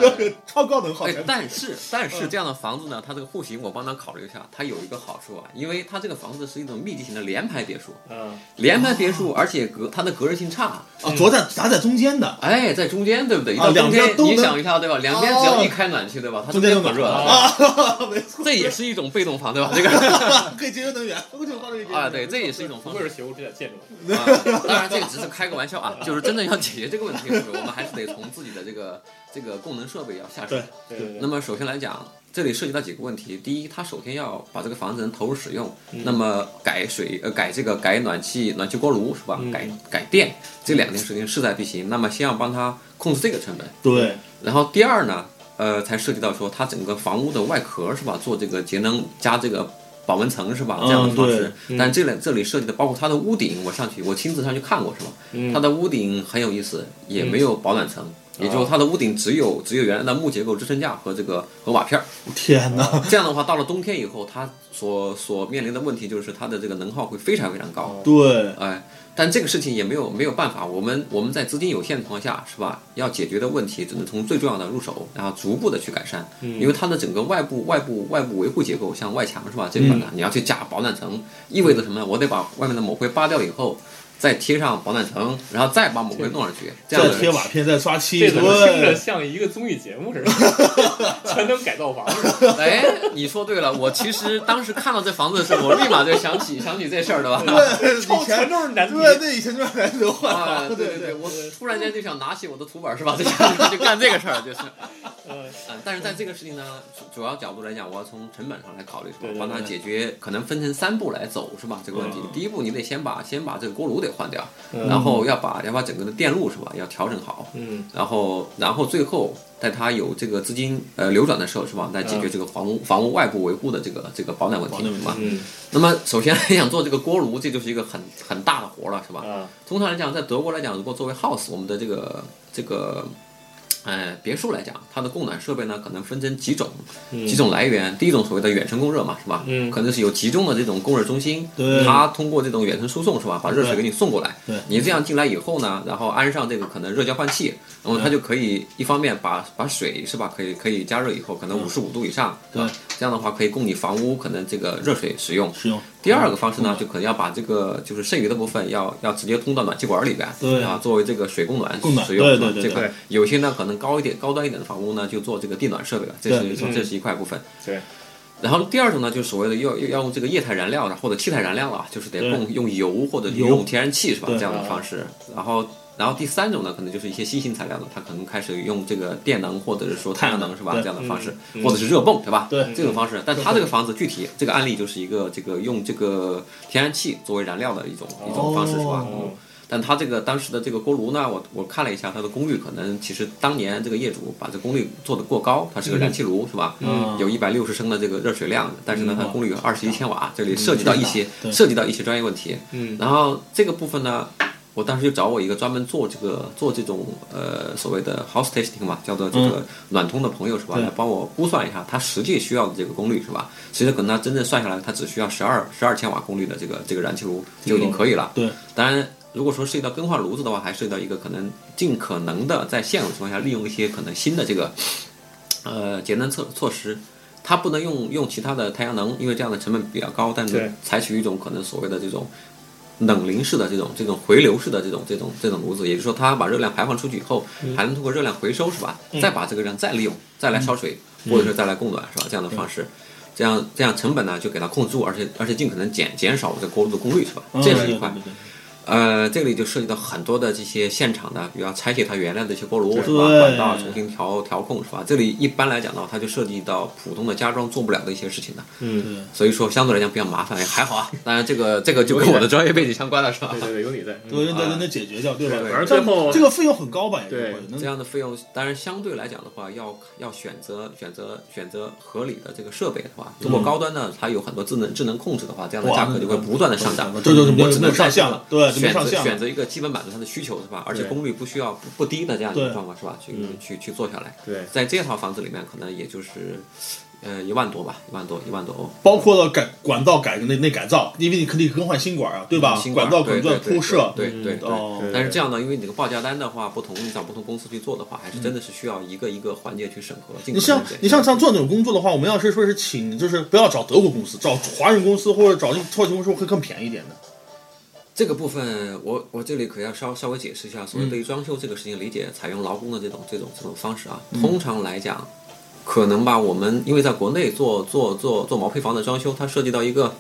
[SPEAKER 3] 超高能耗
[SPEAKER 4] 哎
[SPEAKER 3] 产，品。
[SPEAKER 4] 但是但是这样的房子呢，它这个户型我帮他考虑一下，它有一个好处啊，因为它这个房子是一种密集型的联排别墅，
[SPEAKER 5] 啊
[SPEAKER 4] 联排别墅，而且隔它的隔热性差，
[SPEAKER 3] 啊，主要在砸在中间的，
[SPEAKER 4] 哎，在中间对不对？一
[SPEAKER 3] 啊
[SPEAKER 4] 到中
[SPEAKER 3] 两边
[SPEAKER 4] 间，
[SPEAKER 3] 都
[SPEAKER 4] 你
[SPEAKER 3] 能啊
[SPEAKER 4] 想一下对吧？两边只要一开暖气对吧？它
[SPEAKER 3] 中
[SPEAKER 4] 中
[SPEAKER 3] 间
[SPEAKER 4] 间
[SPEAKER 3] 就
[SPEAKER 4] 可
[SPEAKER 3] 暖啊
[SPEAKER 4] 热了， 这也是一种被动房对吧？这个
[SPEAKER 3] 可以节约能源，我就放这个。
[SPEAKER 4] 啊，对，这也是一种
[SPEAKER 5] 不
[SPEAKER 4] 方
[SPEAKER 5] 愧
[SPEAKER 4] 式
[SPEAKER 5] 是。学过这建筑的，
[SPEAKER 4] 啊当然，这个只是开个玩笑 啊，就是真正要解决这个问题，我们还是得从自己的这个这个供能设备要下手。
[SPEAKER 3] 对
[SPEAKER 5] 对对
[SPEAKER 4] 那
[SPEAKER 5] 对，
[SPEAKER 4] 么首先来讲，这里涉及到几个问题。第一，它首先要把这个房子能投入使用，
[SPEAKER 3] 嗯
[SPEAKER 4] 那么改水呃改这个改暖气暖气锅炉是吧？
[SPEAKER 3] 嗯
[SPEAKER 4] 改改电这两件事情势在必行。那么先要帮他控制这个成本，
[SPEAKER 3] 对，
[SPEAKER 4] 然后第二呢，呃，才涉及到说它整个房屋的外壳是吧，做这个节能加这个保温层是吧，
[SPEAKER 3] 嗯
[SPEAKER 4] 这样的方式。
[SPEAKER 5] 对嗯
[SPEAKER 4] 但这里这里涉及的包括它的屋顶，我上去我亲自上去看过是吧？
[SPEAKER 5] 嗯
[SPEAKER 4] 它的屋顶很有意思，也没有保暖层。也就是说它的屋顶只有只有原来的木结构支撑架和这个和瓦 片儿，
[SPEAKER 3] 天哪，
[SPEAKER 4] 这样的话到了冬天以后，它所所面临的问题就是它的这个能耗会非常非常
[SPEAKER 5] 哦
[SPEAKER 4] 高。
[SPEAKER 3] 对，
[SPEAKER 4] 哎，但这个事情也没有没有办法，我们我们在资金有限的情况下，是吧？要解决的问题只能从最重要的入手，然后逐步的去改善，
[SPEAKER 3] 嗯
[SPEAKER 4] 因为它的整个外部外部外部维护结
[SPEAKER 3] 嗯
[SPEAKER 4] 构，像外墙是吧？这块呢，你要去加保暖层，意味着什么呢？我得把外面的抹灰扒掉以后。再贴上保暖层，然后再把某个弄上去，这样
[SPEAKER 3] 再贴
[SPEAKER 4] 的
[SPEAKER 3] 瓦片，再刷漆，
[SPEAKER 5] 这怎么听着
[SPEAKER 3] 对，
[SPEAKER 5] 像一个综艺节目似的？全能改造房似的。
[SPEAKER 4] 哎，你说对了，我其实当时看到这房子的时候，我立马就想起想起这事儿，对吧？
[SPEAKER 3] 以
[SPEAKER 5] 哦全
[SPEAKER 3] 前
[SPEAKER 5] 都是男的
[SPEAKER 3] 对，那以前就是男流
[SPEAKER 4] 啊，
[SPEAKER 3] 换，
[SPEAKER 4] 对
[SPEAKER 3] 对
[SPEAKER 4] 对，我突然间就想拿起我的图板是吧？就想 就干这个事儿，就是，嗯，但是在这个事情呢，主主要角度来讲，我要从成本上来考虑，是吧
[SPEAKER 5] 对对？对
[SPEAKER 4] 帮他解决，可能分成三步来走，是吧？这个问题，第一步你得先把先把这个锅炉得换掉，然后要把要把整个的电路是吧，要调整好，
[SPEAKER 5] 嗯，
[SPEAKER 4] 然后然后最后在他有这个资金呃流转的时候，是吧？再解决这个房屋房屋外部维护的这个这个保暖问
[SPEAKER 3] 保暖问
[SPEAKER 4] 题，是
[SPEAKER 3] 题
[SPEAKER 4] 吧？
[SPEAKER 5] 嗯
[SPEAKER 4] 那么首先 来讲做这个锅炉，这就是一个很很大的活了，是吧？
[SPEAKER 5] 啊，
[SPEAKER 4] 通常来讲，在德国来讲，如果作为 house，我们的这个这个，呃，别墅来讲，它的供暖设备呢，可能分成几种，
[SPEAKER 3] 嗯
[SPEAKER 4] 几种来源。第一种所谓的远程供热嘛，是吧？
[SPEAKER 5] 嗯
[SPEAKER 4] 可能是有集中的这种供热中心，
[SPEAKER 3] 对
[SPEAKER 4] 它通过这种远程输送是吧，把热水给你送过来。
[SPEAKER 3] 对
[SPEAKER 4] 你这样进来以后呢，然后安上这个可能热交换器，然后它就可以一方面把把水是吧，可以可以加热以后，可能五十五度以上，是吧
[SPEAKER 3] 对
[SPEAKER 4] 这样的话可以供你房屋可能这个热水使用。
[SPEAKER 3] 使用
[SPEAKER 4] 第二个方式呢，就可能要把这个就是剩余的部分要要直接通到暖气管里边，
[SPEAKER 3] 对
[SPEAKER 4] 啊，作为这个水供暖
[SPEAKER 3] 供暖
[SPEAKER 4] 使用。
[SPEAKER 3] 对
[SPEAKER 4] 是吧
[SPEAKER 3] 对对
[SPEAKER 4] 这个
[SPEAKER 5] 对
[SPEAKER 4] 有些呢可能高一点、高端一点的房屋呢，就做这个地暖设备了，这是
[SPEAKER 3] 对
[SPEAKER 4] 这是一块部分。
[SPEAKER 5] 对。
[SPEAKER 4] 然后第二种呢，就是所谓的要要要用这个液态燃料啊，或者气态燃料啊，就是得
[SPEAKER 3] 对
[SPEAKER 4] 用用油或者
[SPEAKER 3] 油
[SPEAKER 4] 用天然气是吧？
[SPEAKER 3] 对
[SPEAKER 4] 这样的方式。然后然后第三种呢，可能就是一些新型材料了，它可能开始用这个电能或者是说太阳能是吧？
[SPEAKER 3] 对
[SPEAKER 4] 这样的方式，
[SPEAKER 5] 嗯
[SPEAKER 4] 或者是热泵对吧？
[SPEAKER 3] 对
[SPEAKER 4] 这种方式。但它这个房子具体这个案例就是一个这个用这个天然气作为燃料的一种一种方式是吧？
[SPEAKER 5] 哦
[SPEAKER 4] 但它这个当时的这个锅炉呢，我我看了一下它的功率，可能其实当年这个业主把这功率做得过高，它是个燃气炉、是吧？
[SPEAKER 3] 嗯
[SPEAKER 4] 有一百六十升的这个热水量，但是呢，它功率有二十一千瓦，这里涉及到一些、
[SPEAKER 3] 嗯对
[SPEAKER 4] 涉及到一些专业问题。
[SPEAKER 5] 嗯
[SPEAKER 4] 然后这个部分呢，我当时就找我一个专门做这个做这种呃所谓的 house testing 嘛，叫做这个暖通的朋友是吧，
[SPEAKER 3] 嗯对
[SPEAKER 4] 来帮我估算一下它实际需要的这个功率是吧？其实可能它真正算下来，它只需要十二十二千瓦功率的这个这个燃气炉就已经可以了。
[SPEAKER 3] 对，
[SPEAKER 4] 当然。如果说涉及到更换炉子的话，还涉及到一个可能尽可能的在现有情况下利用一些可能新的这个呃节能措措施，它不能用用其他的太阳能，因为这样的成本比较高，但
[SPEAKER 5] 对
[SPEAKER 4] 是采取一种可能所谓的这种冷凝式的这种这种回流式的这种这种这种炉子，也就是说它把热量排放出去以后，还能通过热量回收是吧？再把这个热量再利用，再来烧水，或者是再来供暖是吧？这样的方式。这样这样成本呢就给它控制住，而且而且尽可能减减少这锅炉的功率是吧？这是一块。
[SPEAKER 3] 嗯对对对对
[SPEAKER 4] 呃，这里就涉及到很多的这些现场的，比如要拆卸它原来的一些锅炉是吧？
[SPEAKER 3] 对
[SPEAKER 4] 管道重新调调控是吧？这里一般来讲的话，它就涉及到普通的家装做不了的一些事情的，
[SPEAKER 5] 嗯，
[SPEAKER 4] 所以说相对来讲比较麻烦，也还好啊。当然这个这个就跟我的专业背景相关了是吧
[SPEAKER 5] 对？对对，有你在。嗯
[SPEAKER 3] 对，那那那解决掉，对吧？
[SPEAKER 5] 对反正最后
[SPEAKER 3] 这个费用很高吧，也是
[SPEAKER 5] 对
[SPEAKER 3] 会
[SPEAKER 4] 这
[SPEAKER 3] 能
[SPEAKER 4] 样的费用，当然相对来讲的话，要要选择选择选择合理的这个设备的话，如果高端呢，它有很多智能智能控制的话，这样的
[SPEAKER 3] 嗯哇
[SPEAKER 4] 价格就会不断的上涨。
[SPEAKER 3] 这就没
[SPEAKER 4] 我
[SPEAKER 3] 有
[SPEAKER 4] 只
[SPEAKER 3] 没有
[SPEAKER 4] 能
[SPEAKER 3] 上
[SPEAKER 4] 在这
[SPEAKER 3] 限
[SPEAKER 4] 个
[SPEAKER 3] 了，对，就没
[SPEAKER 4] 选
[SPEAKER 3] 上
[SPEAKER 4] 择
[SPEAKER 3] 限
[SPEAKER 4] 选
[SPEAKER 3] 了，
[SPEAKER 4] 择一个基本满足它的需求是吧？而且
[SPEAKER 5] 对
[SPEAKER 4] 功率不需要不不低的这样一个
[SPEAKER 3] 对嗯
[SPEAKER 4] 状况是吧？去、去去做下来，
[SPEAKER 5] 对
[SPEAKER 4] 在这套房子里面可能也就是呃一万多吧，一万多一万多欧。
[SPEAKER 3] 包括了改管道改那那改造，因为你肯定更换新管啊，对吧
[SPEAKER 4] 嗯新？
[SPEAKER 3] 管道
[SPEAKER 4] 对
[SPEAKER 3] 管道
[SPEAKER 4] 对对
[SPEAKER 3] 铺设，
[SPEAKER 4] 对对对对
[SPEAKER 3] 哦
[SPEAKER 5] 对
[SPEAKER 4] 但是这样呢，因为你这个报价单的话，不同你找不同公司去做的话，还是真的是需要一个一个环节去审核。尽
[SPEAKER 3] 嗯你
[SPEAKER 4] 可能
[SPEAKER 3] 像
[SPEAKER 4] 减
[SPEAKER 3] 你像像做那种工作的话，我们要是说是请，就是不要找德国公司，找华人公司或者找那土耳其公司会更便宜一点的。
[SPEAKER 4] 这个部分，我我这里可要稍稍微解释一下，所谓对于装修这个事情理解，采用劳工的这种这种这种方式啊，通常来讲，可能吧，我们因为在国内做做做做毛坯房的装修，它涉及到一个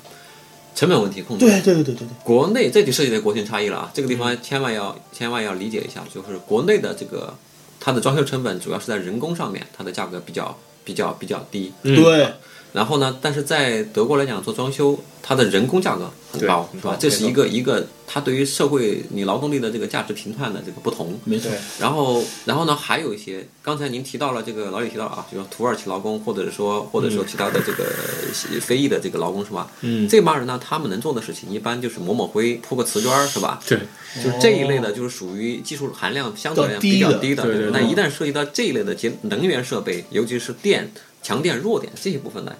[SPEAKER 4] 成本问题控制。
[SPEAKER 3] 对对对对对对，
[SPEAKER 4] 国内这就涉及到国情差异了啊，这个地方千万要、千万要理解一下，就是国内的这个它的装修成本主要是在人工上面，它的价格比较比较比较低。
[SPEAKER 5] 嗯
[SPEAKER 3] 对
[SPEAKER 4] 然后呢，但是在德国来讲，做装修它的人工价格很高，
[SPEAKER 5] 对
[SPEAKER 4] 是吧
[SPEAKER 5] 很高？
[SPEAKER 4] 这是一个一个它对于社会你劳动力的这个价值评判的这个不同。
[SPEAKER 3] 没错
[SPEAKER 5] 对，
[SPEAKER 4] 然后，然后呢，还有一些，刚才您提到了这个老李提到了啊，比如说土耳其劳工，或者说或者说其他的这个呃非裔的这个劳工是吧？
[SPEAKER 5] 嗯
[SPEAKER 4] 这帮人呢，他们能做的事情一般就是抹抹灰、铺个瓷砖儿是吧？
[SPEAKER 5] 对，
[SPEAKER 4] 就是这一类的，就是属于技术含量相对来讲比哦较低的。
[SPEAKER 5] 对对对
[SPEAKER 4] 那一旦涉及到这一类的节能源设备，尤其是电、强电、弱电这些部分呢，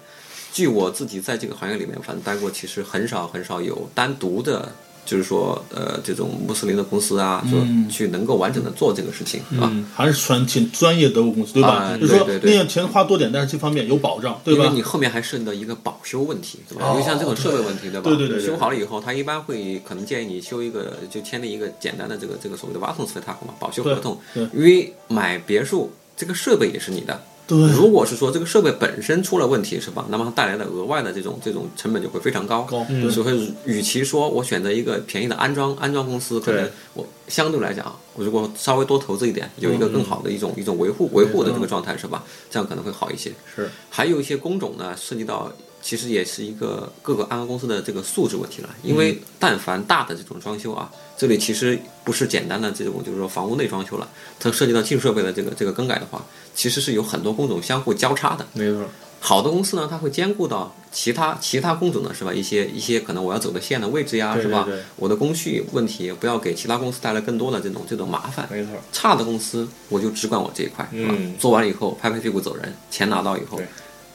[SPEAKER 4] 据我自己在这个行业里面反正待过，其实很少很少有单独的就是说呃这种穆斯林的公司啊，说去能够完整的做这个事情啊。
[SPEAKER 3] 还是传挺专业的公司，对吧？
[SPEAKER 4] 啊
[SPEAKER 3] 就是说
[SPEAKER 4] 对对对
[SPEAKER 3] 那个钱花多点，但是这方面有保障，对
[SPEAKER 4] 因为
[SPEAKER 3] 吧
[SPEAKER 4] 你？后面还涉及到一个保修问题，对吧？
[SPEAKER 3] 哦
[SPEAKER 4] 因为像这种设备问题，对吧？
[SPEAKER 3] 对对对对
[SPEAKER 4] 修好了以后，他一般会可能建议你修一个，就签订一个简单的这个这个所谓的 w a t o n s t a 嘛，保修合同。
[SPEAKER 3] 对
[SPEAKER 4] 因为买别墅这个设备也是你的。
[SPEAKER 3] 对，
[SPEAKER 4] 如果是说这个设备本身出了问题，是吧？那么它带来的额外的这种这种成本就会非常高。
[SPEAKER 3] 高
[SPEAKER 5] 嗯
[SPEAKER 3] 对
[SPEAKER 4] 所以与其说我选择一个便宜的安装安装公司，可能
[SPEAKER 5] 对
[SPEAKER 4] 我相对来讲，我如果稍微多投资一点，有一
[SPEAKER 5] 嗯
[SPEAKER 4] 个更好的一种一种维护维护的这个状态，是吧？这样可能会好一些。
[SPEAKER 5] 是，
[SPEAKER 4] 还有一些工种呢，涉及到其实也是一个各个安安公司的这个素质问题了。因
[SPEAKER 5] 嗯
[SPEAKER 4] 为但凡大的这种装修啊，这里其实不是简单的这种就是说房屋内装修了，它涉及到技术设备的这个这个更改的话，其实是有很多工种相互交叉的。
[SPEAKER 5] 没错，
[SPEAKER 4] 好的公司呢，它会兼顾到其他其他工种的是吧？一些一些可能我要走的线的位置呀，
[SPEAKER 5] 对对
[SPEAKER 4] 是吧
[SPEAKER 5] 对？
[SPEAKER 4] 我的工序问题不要给其他公司带来更多的这种这种麻烦。
[SPEAKER 5] 没错，
[SPEAKER 4] 差的公司我就只管我这一块，是吧
[SPEAKER 5] 嗯
[SPEAKER 4] 做完了以后拍拍屁股走人，钱拿到以后
[SPEAKER 5] 对，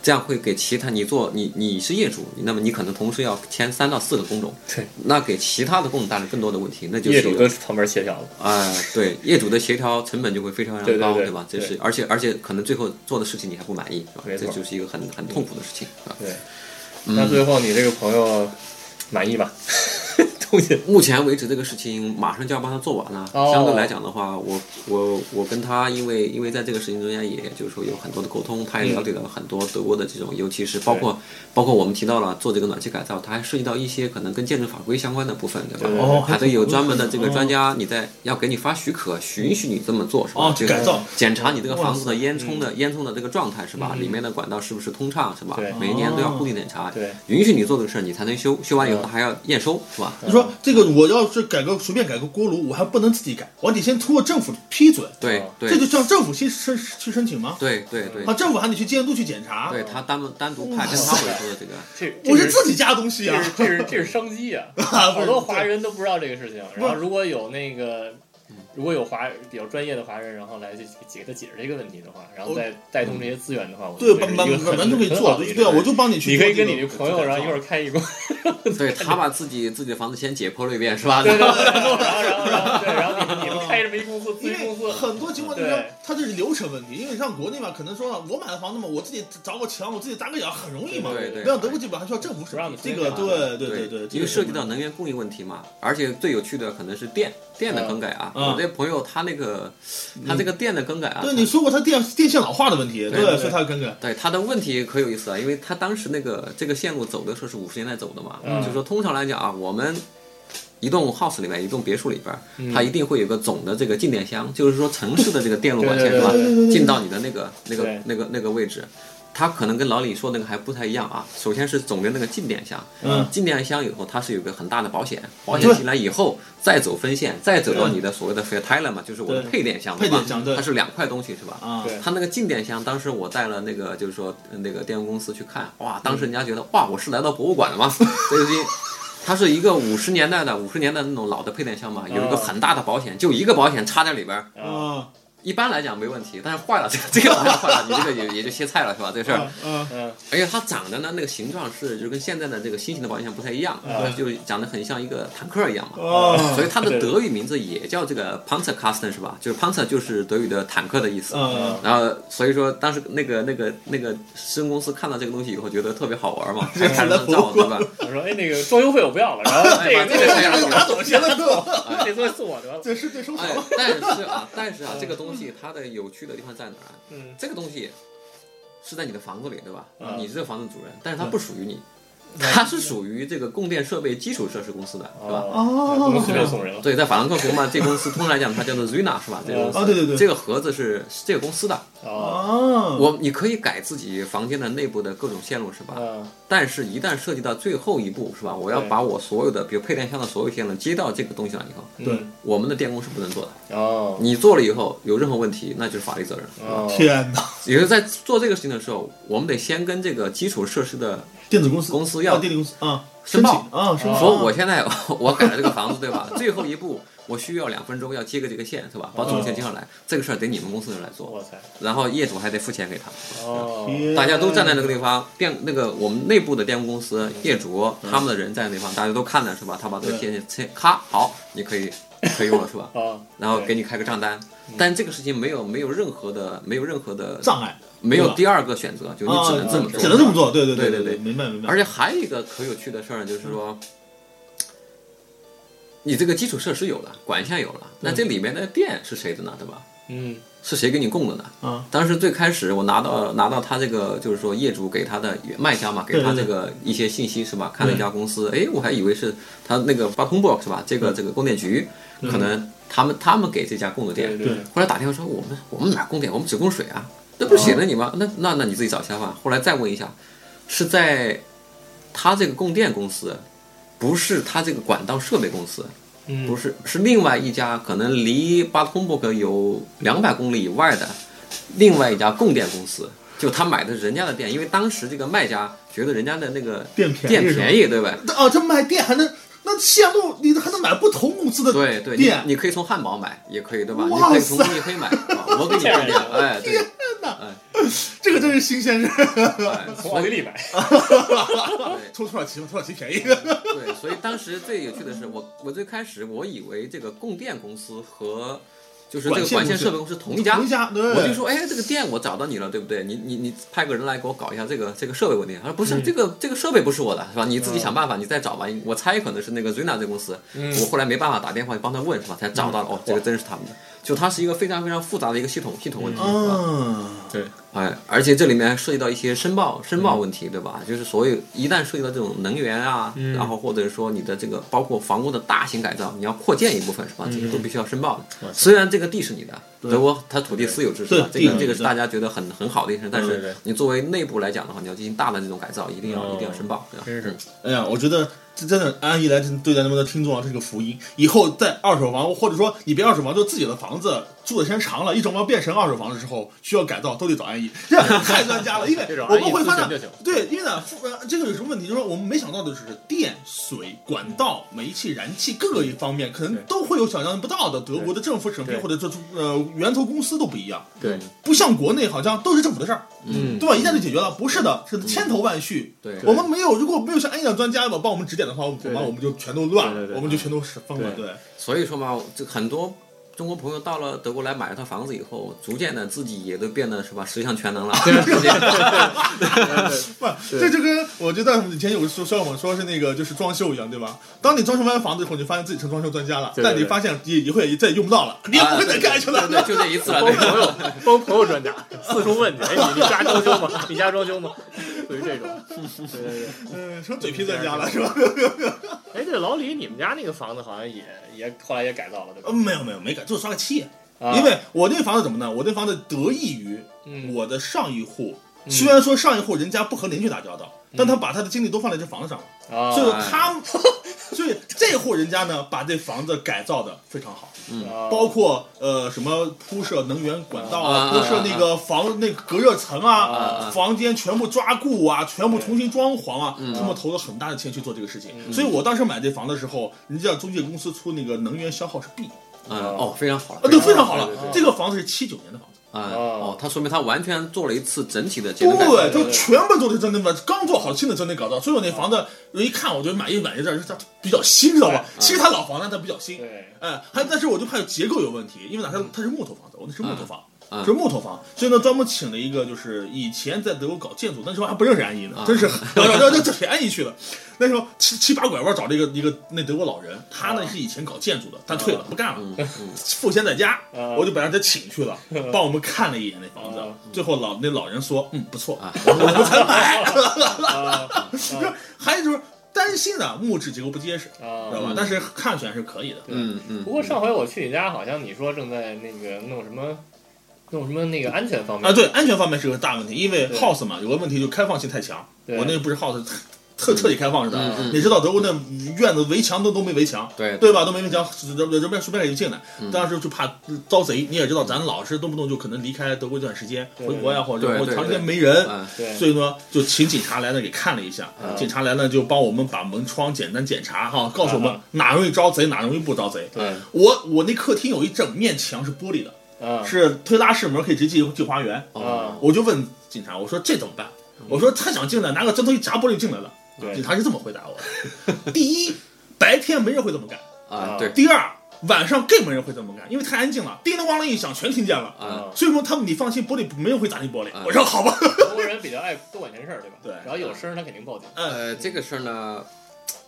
[SPEAKER 4] 这样会给其他你做你你是业主，那么你可能同时要签三到四个工种，
[SPEAKER 5] 对，
[SPEAKER 4] 那给其他的工种带来更多的问题，那就是
[SPEAKER 5] 业主
[SPEAKER 4] 有
[SPEAKER 5] 跟旁边协调了，
[SPEAKER 4] 啊、对，业主的协调成本就会非常非常
[SPEAKER 5] 对对
[SPEAKER 4] 高，
[SPEAKER 5] 对
[SPEAKER 4] 吧？这
[SPEAKER 5] 对
[SPEAKER 4] 是而且而且可能最后做的事情你还不满意，是吧
[SPEAKER 5] 没
[SPEAKER 4] 这
[SPEAKER 5] 错
[SPEAKER 4] 就是一个很很痛苦的事情啊。
[SPEAKER 5] 对。那最后你这个朋友满意吧？东西
[SPEAKER 4] 目前为止，这个事情马上就要帮他做完了。
[SPEAKER 5] 哦
[SPEAKER 4] 相对来讲的话，我我我跟他，因为因为在这个事情中间，也就是说有很多的沟通，他也了解到很多德国的这种，尤其是包括包括我们提到了做这个暖气改造，它还涉及到一些可能跟建筑法规相关的部分，对吧？
[SPEAKER 5] 对
[SPEAKER 3] 哦
[SPEAKER 4] 还得有专门的这个专
[SPEAKER 3] 哦
[SPEAKER 4] 家，你在要给你发许可，允许你这么做，是吧？
[SPEAKER 3] 哦
[SPEAKER 4] 这个
[SPEAKER 3] 改造嗯
[SPEAKER 4] 检查你这个房子的烟囱的烟囱的这个状态是吧？里面的管道是不是通畅是吧
[SPEAKER 5] 对？
[SPEAKER 4] 每一年都要固定检查，
[SPEAKER 5] 对
[SPEAKER 4] 允许你做这个事儿，你才能修，修完以后
[SPEAKER 3] 嗯
[SPEAKER 4] 还要验收是吧？
[SPEAKER 3] 你说这个我要是改个随便改个锅炉，我还不能自己改，我得先通过政府批准，
[SPEAKER 4] 对对
[SPEAKER 3] 这就向政府去申去申请吗？
[SPEAKER 4] 对对对
[SPEAKER 3] 啊，，政府还得去监督去检查，
[SPEAKER 4] 对他单单独派跟
[SPEAKER 3] 嗯
[SPEAKER 4] 他委托的这个，
[SPEAKER 5] 这
[SPEAKER 3] 我是自己家的东西
[SPEAKER 5] 这
[SPEAKER 3] 啊
[SPEAKER 5] 是，这是这是商机啊！好多华人都不知道这个事情。然后如果有那个，如果有华比较专业的华人，然后来去解给他解释这个问题的话，然后再带动这些资源的话，我
[SPEAKER 3] 对，
[SPEAKER 5] 觉得
[SPEAKER 3] 把
[SPEAKER 5] 这
[SPEAKER 3] 把
[SPEAKER 5] 是一个
[SPEAKER 3] 把
[SPEAKER 5] 很
[SPEAKER 3] 完全可以
[SPEAKER 5] 很好
[SPEAKER 3] 做，
[SPEAKER 5] 的一个
[SPEAKER 3] 对，我就帮你去。
[SPEAKER 5] 你可以跟你这朋友，
[SPEAKER 3] 这个
[SPEAKER 5] 然后一会儿开一锅，
[SPEAKER 4] 对他把自己自己的房子先解剖了一遍是吧？
[SPEAKER 5] 对对对，然后然后然后对，然后你们你们开这么一公司，
[SPEAKER 3] 因
[SPEAKER 5] 咨询公
[SPEAKER 3] 为
[SPEAKER 5] 司，
[SPEAKER 3] 很多情况之下
[SPEAKER 5] 对，
[SPEAKER 3] 它这是流程问题。因为像国内嘛，可能说我买了房子嘛，我自己凿个墙，我自己搭个眼，很容易嘛。
[SPEAKER 4] 对对
[SPEAKER 3] 没有德国基本还需要政府审
[SPEAKER 5] 不让
[SPEAKER 3] 批
[SPEAKER 5] 你。
[SPEAKER 3] 这个
[SPEAKER 5] 随
[SPEAKER 3] 对
[SPEAKER 5] 便
[SPEAKER 3] 对对对，
[SPEAKER 4] 因为涉及到能源供应问题嘛，而且最有趣的可能是电电的更改啊。
[SPEAKER 3] 嗯
[SPEAKER 4] 我这朋友他那个他这个电的更改啊，
[SPEAKER 3] 对你说过它电电线老化的问题，
[SPEAKER 4] 对对
[SPEAKER 3] 所以它跟着
[SPEAKER 4] 对他的问题可有意思啊，因为他当时那个这个线路走的时候是五十年代走的嘛，
[SPEAKER 5] 嗯
[SPEAKER 4] 就说通常来讲啊，我们一栋 house 里面，一栋别墅里边儿，
[SPEAKER 5] 嗯
[SPEAKER 4] 它一定会有个总的这个进电箱，就是说城市的这个电路管线
[SPEAKER 5] 对对
[SPEAKER 4] 是吧
[SPEAKER 5] 对对，
[SPEAKER 4] 进到你的那个那个
[SPEAKER 5] 对
[SPEAKER 4] 那个那个位置。它可能跟老李说那个还不太一样啊。首先是总的那个进电箱，
[SPEAKER 3] 嗯
[SPEAKER 4] 进电箱以后它是有个很大的保险，保
[SPEAKER 5] 啊
[SPEAKER 4] 险进来以后再走分线，再走到
[SPEAKER 5] 嗯
[SPEAKER 4] 你的所谓的 f a i r t i l e 嘛，就是我的
[SPEAKER 3] 对
[SPEAKER 4] 配电箱，
[SPEAKER 3] 配
[SPEAKER 4] 吧
[SPEAKER 3] 电箱对
[SPEAKER 4] 它是两块东西是吧？
[SPEAKER 3] 啊，
[SPEAKER 5] 对
[SPEAKER 4] 他那个进电箱，当时我带了那个就是说呃那个电工公司去看，哇，
[SPEAKER 5] 嗯
[SPEAKER 4] 当时人家觉得哇，我是来到博物馆了 吗？这个东西，它是一个五十年代的五十年代那种老的配电箱
[SPEAKER 5] 嗯
[SPEAKER 4] 嘛，有一个很大的保险，就一个保险插在里边儿，
[SPEAKER 5] 啊
[SPEAKER 3] 啊
[SPEAKER 4] 一般来讲没问题，但是坏了，这个 这个好像坏了，你这个也也就歇菜了是吧？这事儿
[SPEAKER 3] 啊，啊，
[SPEAKER 5] 嗯，
[SPEAKER 4] 而且它长得呢，那个形状是就跟现在的这个新型的保险箱不太一样，就是长得很像一个坦克一样嘛。
[SPEAKER 3] 哦
[SPEAKER 4] 所以它的
[SPEAKER 5] 嗯对对
[SPEAKER 4] 德语名字也叫这个 Panzerkasten 是吧？就是 Panzer 就是德语的坦克的意思。
[SPEAKER 3] 嗯
[SPEAKER 4] 然后所以说当时那个那个那个施工公司看到这个东西以后，觉得特别好 玩嘛，还拍了张照对吧？
[SPEAKER 5] 我说哎那个装修费我不要了，然后这
[SPEAKER 4] 哎，把
[SPEAKER 5] 个
[SPEAKER 4] 这个
[SPEAKER 5] 这
[SPEAKER 4] 拿走拿走
[SPEAKER 3] 我觉得这
[SPEAKER 5] 个啊这东西送我得了，
[SPEAKER 3] 这是对收藏
[SPEAKER 4] 哎
[SPEAKER 3] 了。，
[SPEAKER 4] 但是啊，但是啊，这个东西它的有趣的地方在哪儿啊？
[SPEAKER 5] 嗯，
[SPEAKER 4] 这个东西是在你的房子里，对吧？
[SPEAKER 3] 啊
[SPEAKER 5] 嗯
[SPEAKER 4] 你是这个房子主人，但是它不属于你，它是属于这个供电设备基础设施公司
[SPEAKER 3] 啊
[SPEAKER 4] 的，对吧？
[SPEAKER 5] 哦，不能随便送人了，
[SPEAKER 4] 对，在法兰克福嘛，这公司通常来讲它叫做 Zuna 是吧？这个公司
[SPEAKER 3] 啊对对对
[SPEAKER 4] 这个盒子是是这个公司的，
[SPEAKER 5] 哦，
[SPEAKER 3] 啊，
[SPEAKER 4] 我你可以改自己房间的内部的各种线路是吧？
[SPEAKER 5] 嗯，
[SPEAKER 4] 但是，一旦涉及到最后一步，是吧？我要
[SPEAKER 5] 对
[SPEAKER 4] 把我所有的，比如配电箱的所有线路接到这个东西上以后，
[SPEAKER 5] 嗯
[SPEAKER 3] 对
[SPEAKER 4] 我们的电工是不能做的。
[SPEAKER 5] 哦，
[SPEAKER 4] 你做了以后有任何问题，那就是法律责任。
[SPEAKER 5] 哦，
[SPEAKER 3] 天哪，
[SPEAKER 4] 也就是在做这个事情的时候，我们得先跟这个基础设施的
[SPEAKER 3] 电子公司
[SPEAKER 4] 公司要
[SPEAKER 3] 啊电力公司啊，
[SPEAKER 4] 申
[SPEAKER 3] 申
[SPEAKER 4] 报
[SPEAKER 3] 请啊，申
[SPEAKER 5] 哦
[SPEAKER 3] 报
[SPEAKER 4] 说，我现在我改了这个房子，对吧？最后一步， 我需要两分钟要接个这个线是吧？把总线接上来，这个事儿得你们公司人来做
[SPEAKER 5] 哦我，操！
[SPEAKER 4] 然后业主还得付钱给他。
[SPEAKER 5] 哦，
[SPEAKER 4] 大家都站在那个地方，电那个我们内部的电工公司业主
[SPEAKER 3] 嗯
[SPEAKER 4] 他们的人在那地方，大家都看了是吧？他把这个线切，咔，好，你可 以可以用了是吧？
[SPEAKER 3] 哦
[SPEAKER 5] 啊，
[SPEAKER 4] 然后给
[SPEAKER 5] 你
[SPEAKER 4] 你开个账单，但这个事情没有没有任何的没有任何的
[SPEAKER 3] 障碍，
[SPEAKER 4] 没有
[SPEAKER 3] 对吧
[SPEAKER 4] 第二个选择，就你只能这么
[SPEAKER 3] 啊
[SPEAKER 4] 做，
[SPEAKER 3] 只能这么。做，对对
[SPEAKER 4] 对
[SPEAKER 3] 对
[SPEAKER 4] 对对
[SPEAKER 3] 明白明白。
[SPEAKER 4] 而且还有一个可有趣的事儿呢，就是说，
[SPEAKER 3] 嗯
[SPEAKER 4] 你这个基础设施有了，管线有了，那这里面的电是谁的呢？对吧？
[SPEAKER 5] 嗯
[SPEAKER 4] 是谁给你供的呢？
[SPEAKER 3] 啊，
[SPEAKER 4] 当时最开始我拿到拿到他这个就是说业主给他的卖家嘛，给他这个一些信息是吧？看了一家公司，哎，我还以为是他那个八通 box 是吧？这个这个供电局可能他们他们给这家供的电
[SPEAKER 5] 对，对
[SPEAKER 4] 后来打电话说我们我们哪供电，我们只供水啊，那不是写着你吗？那那那你自己找一下吧。后来再问一下，是在他这个供电公司，不是他这个管道设备公司，
[SPEAKER 5] 嗯
[SPEAKER 4] 不是是另外一家可能离巴通布克有两百公里以外的另外一家供电公司。就他买的人家的电，因为当时这个卖家觉得人家的那个
[SPEAKER 3] 电便宜是吧
[SPEAKER 4] 便宜，对吧？
[SPEAKER 3] 啊，这卖电还能，那线路你还能买不同公司的
[SPEAKER 4] 对对，你
[SPEAKER 3] 电，
[SPEAKER 4] 你可以从汉堡买，也可以对吧？你
[SPEAKER 3] 哇
[SPEAKER 4] 可以从
[SPEAKER 3] 塞
[SPEAKER 4] 你可以买，啊 我给你供电，哎，对，
[SPEAKER 3] 这个真是新鲜事儿。
[SPEAKER 4] 哎，
[SPEAKER 5] 从奥地利买，
[SPEAKER 4] 对
[SPEAKER 3] 从土耳其嘛，土耳其便宜。
[SPEAKER 4] 对，所以当时最有趣的是，我我最开始我以为这个供电公司和就是这个管
[SPEAKER 3] 管
[SPEAKER 4] 线
[SPEAKER 3] 线
[SPEAKER 4] 设备公司同一家
[SPEAKER 3] 同一，家，对，
[SPEAKER 4] 我就说，哎，这个电我找到你了，对不对？你你你派个人来给我搞一下这个这个设备问题。他说不是，这个这个设备不是我的，是吧？你自己想办法，你再找吧。我猜可能是那个 Zena 这公司，我后来没办法打电话帮他问，是吧？才找到了，哦，这个真是他们的。就它是一个非常非常复杂的一个系统系统问题，啊。
[SPEAKER 3] 嗯，
[SPEAKER 5] 对，
[SPEAKER 4] 哎，而且这里面涉及到一些申报申报问题，对吧？就是所有一旦涉及到这种能源啊，然后或者说你的这个包括房屋的大型改造，你要扩建一部分是吧？这些都必须要申报的。虽然这个地是你的，德国它土地私有制是吧？这
[SPEAKER 3] 对
[SPEAKER 4] 个
[SPEAKER 3] 地
[SPEAKER 4] 这个是大家觉得很很好的一件事，但
[SPEAKER 5] 对对
[SPEAKER 4] 是
[SPEAKER 5] 对
[SPEAKER 4] 你作为内部来讲的话，你要进行大的这种改造，一定要一定要申报，对吧？
[SPEAKER 5] 真是
[SPEAKER 3] 哎呀，我觉得这真的安逸来对咱们的听众啊，这是个福音。以后在二手房，或者说你别二手房，就自己的房子住的时间长了，一种房变成二手房的时候，需要改造都得找 安逸，这样太专家了。因为
[SPEAKER 5] 这种
[SPEAKER 3] 我
[SPEAKER 5] 安
[SPEAKER 3] 们
[SPEAKER 5] 逸
[SPEAKER 3] 会
[SPEAKER 5] 咨
[SPEAKER 3] 发
[SPEAKER 5] 询
[SPEAKER 3] 现
[SPEAKER 5] 就，行。
[SPEAKER 3] 对，因为呢，复呃，这个有什么问题？就是说我们没想到的就是电、水、管道、煤气、燃气各个一方面，可能
[SPEAKER 5] 对
[SPEAKER 3] 都会有想象不到的。德国的政府审批
[SPEAKER 5] 对
[SPEAKER 3] 或者这呃源头公司都不一样，
[SPEAKER 5] 对，
[SPEAKER 3] 不像国内好像都是政府的事儿，
[SPEAKER 5] 嗯
[SPEAKER 3] 对吧？一下就解决了，不是的，是千头万绪。
[SPEAKER 4] 对
[SPEAKER 3] 我们没有，如果没有像安养专家吧帮我们指点的话，我
[SPEAKER 5] 对
[SPEAKER 3] 们我们就全都乱
[SPEAKER 5] 对对
[SPEAKER 3] 了，
[SPEAKER 5] 对
[SPEAKER 3] 我们就全都是疯了。
[SPEAKER 5] 对
[SPEAKER 3] 对，
[SPEAKER 4] 所以说嘛，这很多中国朋友到了德国来买了套房子以后，逐渐的自己也都变得是吧十项全能了。
[SPEAKER 3] 不，这就跟我觉得以前有说说我说是那个就是装修一样，对吧？当你装修完房子以后，你发现自己成装修专家了，
[SPEAKER 5] 对对
[SPEAKER 3] 但
[SPEAKER 5] 对啊
[SPEAKER 3] 你发现也以后也再也用不到了，你也不会再干去了。
[SPEAKER 4] 对，就这一次了。
[SPEAKER 5] 包
[SPEAKER 4] 对
[SPEAKER 5] 朋友，包朋友专家，四处问去。哎，你你家装修吗？你家装修吗？属于这种。对对对。
[SPEAKER 3] 嗯，成嘴皮专家了是吧？
[SPEAKER 5] 哎，对，老李，你们家那个房子好像也也后来也改造了，对吧
[SPEAKER 3] 嗯，？没有没有没改，就是刷个漆。
[SPEAKER 5] 啊
[SPEAKER 3] 因为我那房子怎么呢？我那房子得益于
[SPEAKER 5] 嗯
[SPEAKER 3] 我的上一户，虽然说上一户人家不和邻居打交道，
[SPEAKER 5] 嗯
[SPEAKER 3] 但他把他的精力都放在这房子上了，
[SPEAKER 5] 啊，
[SPEAKER 3] 所以说他，所以这户人家呢，把这房子改造的非常好，
[SPEAKER 5] 啊
[SPEAKER 3] 包括呃什么铺设能源管道
[SPEAKER 4] 啊
[SPEAKER 3] 啊，铺设那个房那个隔热层啊
[SPEAKER 4] 啊，
[SPEAKER 3] 房间全部抓固啊，全部重新装潢啊，他们投了很大的钱去做这个事情。所以我当时买这房的时候，人家中介公司出那个能源消耗是 B，
[SPEAKER 4] 嗯，哦，非常好了
[SPEAKER 3] 啊，，对，非常好了
[SPEAKER 5] 对对对。
[SPEAKER 3] 这个房子是七九年的房子，
[SPEAKER 4] 啊，
[SPEAKER 5] 哦
[SPEAKER 4] 哦，他说明他完全做了一次整体的节能改
[SPEAKER 3] 对，
[SPEAKER 4] 造。
[SPEAKER 3] 就全部都是真的吧，刚做好新的真的搞造。所以我那房子我一看，我就满意满意这儿，就是它比较新，知道吧？其实它老房，但它比较新。
[SPEAKER 5] 对，
[SPEAKER 3] 哎，还但是我就怕结构有问题，因为哪它它是木头房子，我那是木头房
[SPEAKER 4] 嗯。
[SPEAKER 3] 是木头房，所以呢，专门请了一个，就是以前在德国搞建筑，那时候还不认识安逸呢，真是，然后然后这安逸去了。那时候七七八拐弯找了一个一个那德国老人，他呢是以前搞建筑的，但退了不干了， 赋闲在家，
[SPEAKER 5] 嗯
[SPEAKER 3] 我就把他请去了，帮我们看了一眼那房子
[SPEAKER 5] 嗯，
[SPEAKER 3] 最后老那老人说，嗯，不错，
[SPEAKER 4] 啊
[SPEAKER 3] 我才买。
[SPEAKER 5] 啊
[SPEAKER 3] 就是 还有就是担心啊，木质结构不结实，知道吧
[SPEAKER 5] 啊。？
[SPEAKER 3] 但是看起来是可以的，
[SPEAKER 4] 嗯嗯
[SPEAKER 5] 不过上回我去你家，好像你说正在那个弄什么，弄什么那个安全方面
[SPEAKER 3] 啊啊，对，安全方面是个大问题，因为
[SPEAKER 5] 对
[SPEAKER 3] house 嘛，有个问题就开放性太强。
[SPEAKER 5] 对
[SPEAKER 3] 我那不是 house，彻彻底开放似的。啊你知道德国那院子围墙都都没围墙，
[SPEAKER 4] 对
[SPEAKER 3] 对吧？都没围墙，人人便随便也就进来。当时就怕招贼，你也知道，咱老是动不动就可能离开德国一段时间，
[SPEAKER 5] 对
[SPEAKER 3] 回国呀，或者
[SPEAKER 4] 对
[SPEAKER 3] 或
[SPEAKER 4] 对
[SPEAKER 3] 长时
[SPEAKER 4] 对
[SPEAKER 3] 间没人，
[SPEAKER 4] 嗯
[SPEAKER 5] 对，
[SPEAKER 3] 所以呢，就请警察来那给看了一下，警察来呢就帮我们把门窗简单检查哈，告诉我们
[SPEAKER 5] 啊
[SPEAKER 3] 哪容易招贼，哪容易不招贼。
[SPEAKER 5] 对，
[SPEAKER 3] 我我那客厅有一整面墙是玻璃的，
[SPEAKER 5] 嗯
[SPEAKER 3] 是嗯推拉式门可以直接进进花园。
[SPEAKER 5] 啊，
[SPEAKER 3] 我就问警察，我说这怎么办？我说他想进来，拿个针头一砸玻璃进来了。
[SPEAKER 5] 对
[SPEAKER 3] 警察是这么回答我的：第一，白天没人会这么干；
[SPEAKER 4] 啊，对
[SPEAKER 3] 第二，晚上更没人会这么干，因为太安静了，叮铃咣啷一响，全听见了。
[SPEAKER 4] 啊，
[SPEAKER 3] 所以说他们，你放心，玻璃没人会砸你玻璃
[SPEAKER 4] 啊。
[SPEAKER 3] 我说好吧。
[SPEAKER 5] 德国人比较爱多管闲事儿，对吧？
[SPEAKER 3] 对
[SPEAKER 5] 然后有声儿他肯定报警。
[SPEAKER 4] 呃，这个事儿呢，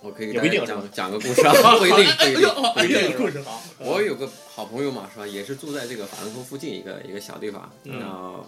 [SPEAKER 4] 我可以给
[SPEAKER 5] 也
[SPEAKER 4] 大
[SPEAKER 5] 不一
[SPEAKER 4] 家
[SPEAKER 5] 定
[SPEAKER 4] 讲讲个故 事啊，不一定，不一定，
[SPEAKER 3] 哎
[SPEAKER 5] 这
[SPEAKER 3] 呀
[SPEAKER 5] 个，
[SPEAKER 3] 故事好。
[SPEAKER 4] 我有个好朋友嘛，是吧？也是住在这个法兰克福附近一个一个小地方。
[SPEAKER 5] 嗯
[SPEAKER 4] 然后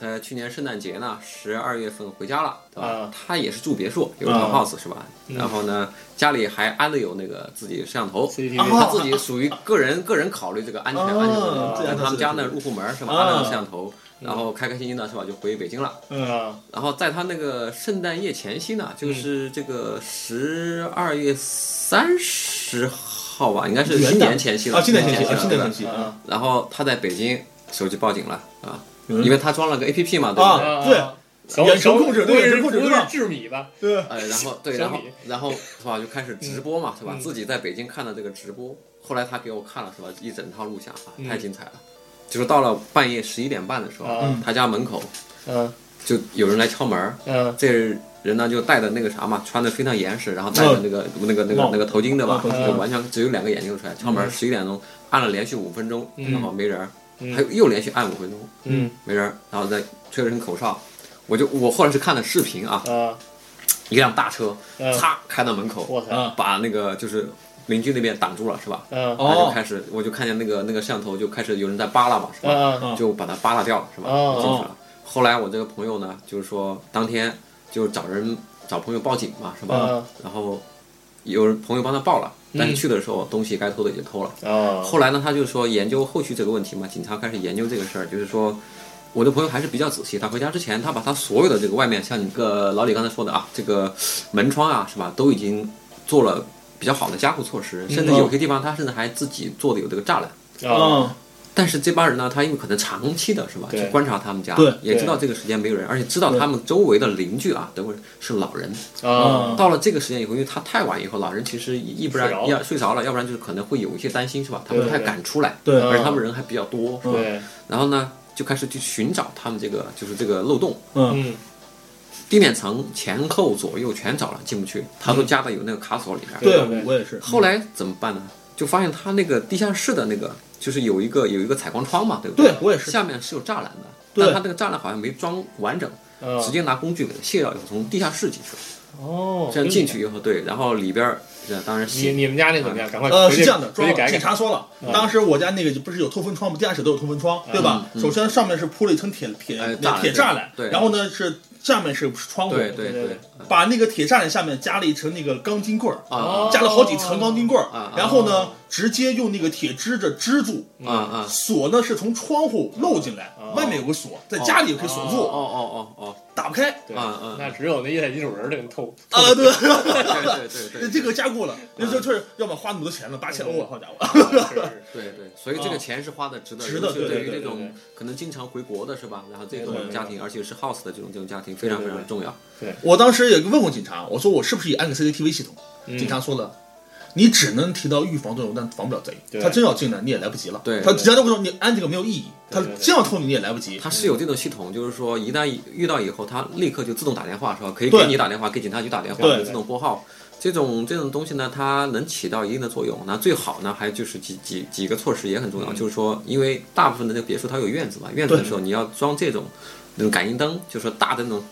[SPEAKER 4] 他去年圣诞节呢，十二月份回家了，对吧？
[SPEAKER 5] 啊
[SPEAKER 4] 他也是住别墅，有
[SPEAKER 3] 啊
[SPEAKER 4] townhouse、是吧？然后呢，家里还安的有那个自己的摄像头。
[SPEAKER 5] CCTV
[SPEAKER 3] 啊
[SPEAKER 4] 他自己属于个人 个人考虑这个安全
[SPEAKER 3] 啊
[SPEAKER 4] 安全问题，
[SPEAKER 3] 这样
[SPEAKER 4] 但他们家那
[SPEAKER 3] 是
[SPEAKER 4] 入户门是吧，
[SPEAKER 3] 啊嗯
[SPEAKER 4] 安了个摄像头，然后开开心心的是吧就回北京了。
[SPEAKER 5] 啊，
[SPEAKER 4] 然后在他那个圣诞夜前夕呢，就是
[SPEAKER 3] 嗯
[SPEAKER 4] 这个十二月三十号吧，应该是
[SPEAKER 3] 元旦
[SPEAKER 4] 新年前夕了，
[SPEAKER 3] 啊，今年前夕，
[SPEAKER 4] 了
[SPEAKER 3] 啊，今
[SPEAKER 4] 对
[SPEAKER 3] 年
[SPEAKER 4] 吧
[SPEAKER 3] 前夕啊，
[SPEAKER 4] 然后他在北京手机报警了啊，
[SPEAKER 3] 嗯
[SPEAKER 4] 因为他装了个 A P P 嘛，对不对？
[SPEAKER 3] 啊对
[SPEAKER 5] 小
[SPEAKER 3] 远程控制对
[SPEAKER 5] 不会
[SPEAKER 3] 远
[SPEAKER 5] 是
[SPEAKER 3] 程控制
[SPEAKER 5] 不
[SPEAKER 3] 是吧
[SPEAKER 5] 是智米吧？
[SPEAKER 3] 对，
[SPEAKER 4] 呃，然后对，
[SPEAKER 5] 小
[SPEAKER 4] 然后
[SPEAKER 5] 米
[SPEAKER 4] 然后是吧，就开始直播嘛，是吧？
[SPEAKER 5] 嗯
[SPEAKER 4] 自己在北京看的这个直播，后来他给我看了是吧，一整套录像啊，
[SPEAKER 5] 嗯
[SPEAKER 4] 太精彩了。就是到了半夜十一点半的时候
[SPEAKER 5] 啊，
[SPEAKER 4] 他家门口
[SPEAKER 5] 嗯
[SPEAKER 4] 就有人来敲门儿，
[SPEAKER 5] 嗯
[SPEAKER 4] 这人呢就戴的那个啥嘛，穿的非常严实，然后戴着那个那个那个
[SPEAKER 3] 帽
[SPEAKER 4] 那个头巾对吧，
[SPEAKER 3] 啊头
[SPEAKER 5] 巾
[SPEAKER 4] 就完全只有两个眼睛出来。敲门十一点钟，按了连续五分钟，
[SPEAKER 5] 嗯
[SPEAKER 4] 然后没人儿，
[SPEAKER 5] 嗯
[SPEAKER 4] 还有又连续按五分钟，
[SPEAKER 5] 嗯
[SPEAKER 4] 没人儿，然后再吹了声口哨。我就我后来是看的视频啊，
[SPEAKER 3] 嗯
[SPEAKER 5] 啊，
[SPEAKER 4] 一辆大车
[SPEAKER 5] 嗯
[SPEAKER 4] 嚓开到门口，
[SPEAKER 5] 我
[SPEAKER 3] 啊
[SPEAKER 5] 操，
[SPEAKER 4] 把那个就是邻居那边挡住了是吧？
[SPEAKER 5] 嗯
[SPEAKER 3] 哦
[SPEAKER 5] 啊
[SPEAKER 4] 他就开始我就看见那个那个摄像头就开始有人在扒拉嘛是吧？
[SPEAKER 5] 啊
[SPEAKER 3] 啊
[SPEAKER 4] 就把它扒拉掉了，是吧？
[SPEAKER 5] 哦
[SPEAKER 4] 进去了。后来我这个朋友呢，就是说当天就找人找朋友报警嘛，是吧？
[SPEAKER 5] 嗯
[SPEAKER 4] 然后有人朋友帮他报了，但是去的时候、东西该偷的已经偷了。
[SPEAKER 5] 啊
[SPEAKER 4] 后来呢，他就说研究后续这个问题嘛，警察开始研究这个事儿，就是说。我的朋友还是比较仔细，他回家之前，他把他所有的这个外面，像你个老李刚才说的啊，这个门窗啊，是吧，都已经做了比较好的加固措施，甚
[SPEAKER 5] 嗯
[SPEAKER 4] 至有些地方他甚至还自己做的有这个栅栏，
[SPEAKER 5] 啊
[SPEAKER 3] 嗯，
[SPEAKER 4] 但是这帮人呢，他因为可能长期的是吧，
[SPEAKER 5] 对
[SPEAKER 4] 去观察他们家，
[SPEAKER 3] 对
[SPEAKER 4] 也知道这个时间没有人，而且知道他们周围的邻居啊，德国人是老人。
[SPEAKER 3] 嗯
[SPEAKER 5] 啊
[SPEAKER 4] 到了这个时间以后，因为他太晚以后，老人其实一不然
[SPEAKER 5] 睡着了
[SPEAKER 4] 要睡着了，要不然就是可能会有一些担心是吧？他不
[SPEAKER 5] 对嗯
[SPEAKER 4] 太敢出来，
[SPEAKER 3] 对
[SPEAKER 4] 而且他们人还比较多，是吧
[SPEAKER 5] 对，
[SPEAKER 3] 嗯
[SPEAKER 4] 然后呢就开始去寻找他们这个就是这个漏洞，
[SPEAKER 3] 嗯，
[SPEAKER 5] 嗯
[SPEAKER 4] 地面层前后左右全找了，进不去，他
[SPEAKER 5] 嗯
[SPEAKER 4] 都夹在有那个卡锁里边。
[SPEAKER 3] 对我也是，
[SPEAKER 4] 后来怎么办呢？就发现他那个地下室的那个，就是有一个有一个采光窗嘛，对不
[SPEAKER 3] 对我也是，
[SPEAKER 4] 下面是有栅栏的，
[SPEAKER 3] 对
[SPEAKER 4] 但它那个栅栏好像没装完整，
[SPEAKER 5] 嗯
[SPEAKER 4] 直接拿工具给它卸掉以后，从地下室进去。
[SPEAKER 5] 哦，
[SPEAKER 4] 这样进去以后，对，然后里边儿这当然
[SPEAKER 5] 你
[SPEAKER 4] 洗
[SPEAKER 5] 你们家那怎么样？赶快
[SPEAKER 3] 呃，
[SPEAKER 5] 回
[SPEAKER 3] 是
[SPEAKER 5] 去
[SPEAKER 3] 这样的，
[SPEAKER 5] 回
[SPEAKER 3] 抓
[SPEAKER 5] 去
[SPEAKER 3] 了
[SPEAKER 5] 改
[SPEAKER 3] 警
[SPEAKER 5] 改。
[SPEAKER 3] 察说了，
[SPEAKER 4] 嗯
[SPEAKER 3] 当时我家那个不是有透风窗吗？地下室都有透风窗，对吧？首先上面是铺了一层铁铁
[SPEAKER 4] 嗯哎栅栏
[SPEAKER 3] 铁栅栏，
[SPEAKER 4] 对
[SPEAKER 3] 然后呢是下面是窗户，
[SPEAKER 4] 对对
[SPEAKER 5] 对
[SPEAKER 4] 对
[SPEAKER 3] 把那个铁栅栏下面加了一层那个钢筋棍儿，
[SPEAKER 4] 啊
[SPEAKER 3] 加了好几层钢筋棍
[SPEAKER 4] 啊
[SPEAKER 3] 儿
[SPEAKER 4] 啊，
[SPEAKER 3] 然后呢直接用那个铁枝子支住，
[SPEAKER 4] 啊啊！
[SPEAKER 3] 锁呢是从窗户漏进来，外面有个锁，在家里也可以锁
[SPEAKER 4] 哦
[SPEAKER 3] 住，
[SPEAKER 4] 哦哦
[SPEAKER 3] 打不开。
[SPEAKER 5] 对，
[SPEAKER 4] 嗯嗯
[SPEAKER 5] 那只有那液态金属人儿能透。
[SPEAKER 3] 啊，对，
[SPEAKER 4] 哦，嗯对对对
[SPEAKER 3] 那
[SPEAKER 4] 对，
[SPEAKER 3] 这个加固了，那这确实要么花那么多钱了，八千欧啊，好家伙！
[SPEAKER 5] 是
[SPEAKER 4] 对对，所以这个钱是花的值得，
[SPEAKER 3] 值得
[SPEAKER 4] 尤其
[SPEAKER 3] 对对
[SPEAKER 4] 对于
[SPEAKER 3] 对
[SPEAKER 4] 这
[SPEAKER 5] 对
[SPEAKER 4] 种
[SPEAKER 5] 对
[SPEAKER 4] 可能经常回国的是吧？然后这
[SPEAKER 5] 对对
[SPEAKER 4] 种
[SPEAKER 5] 对
[SPEAKER 4] 家庭，而且是 house 的这种这种家庭非常非常重要。
[SPEAKER 3] 我当时也问过警察，我说我是不是也安个 CCTV 系统？警察说了。你只能提到预防作用，但防不了贼。
[SPEAKER 5] 对
[SPEAKER 3] 他真要进来，你也来不及了。
[SPEAKER 4] 对
[SPEAKER 3] 他人家都会说你安这个没有意义，他
[SPEAKER 5] 对对
[SPEAKER 3] 真要偷你，你也来不及。
[SPEAKER 4] 它是有这种系统，就是说一旦遇到以后，它立刻就自动打电话，是吧？可以
[SPEAKER 3] 对
[SPEAKER 4] 给你打电话，给警察局打电话，
[SPEAKER 3] 对
[SPEAKER 4] 就自动拨号。这种这种东西呢，它能起到一定的作用。那最好呢，还就是几几几个措施也很重
[SPEAKER 3] 嗯
[SPEAKER 4] 要，就是说，因为大部分的这个别墅它有院子嘛，院子的时候你要装这种那种感应灯，就是说大的那种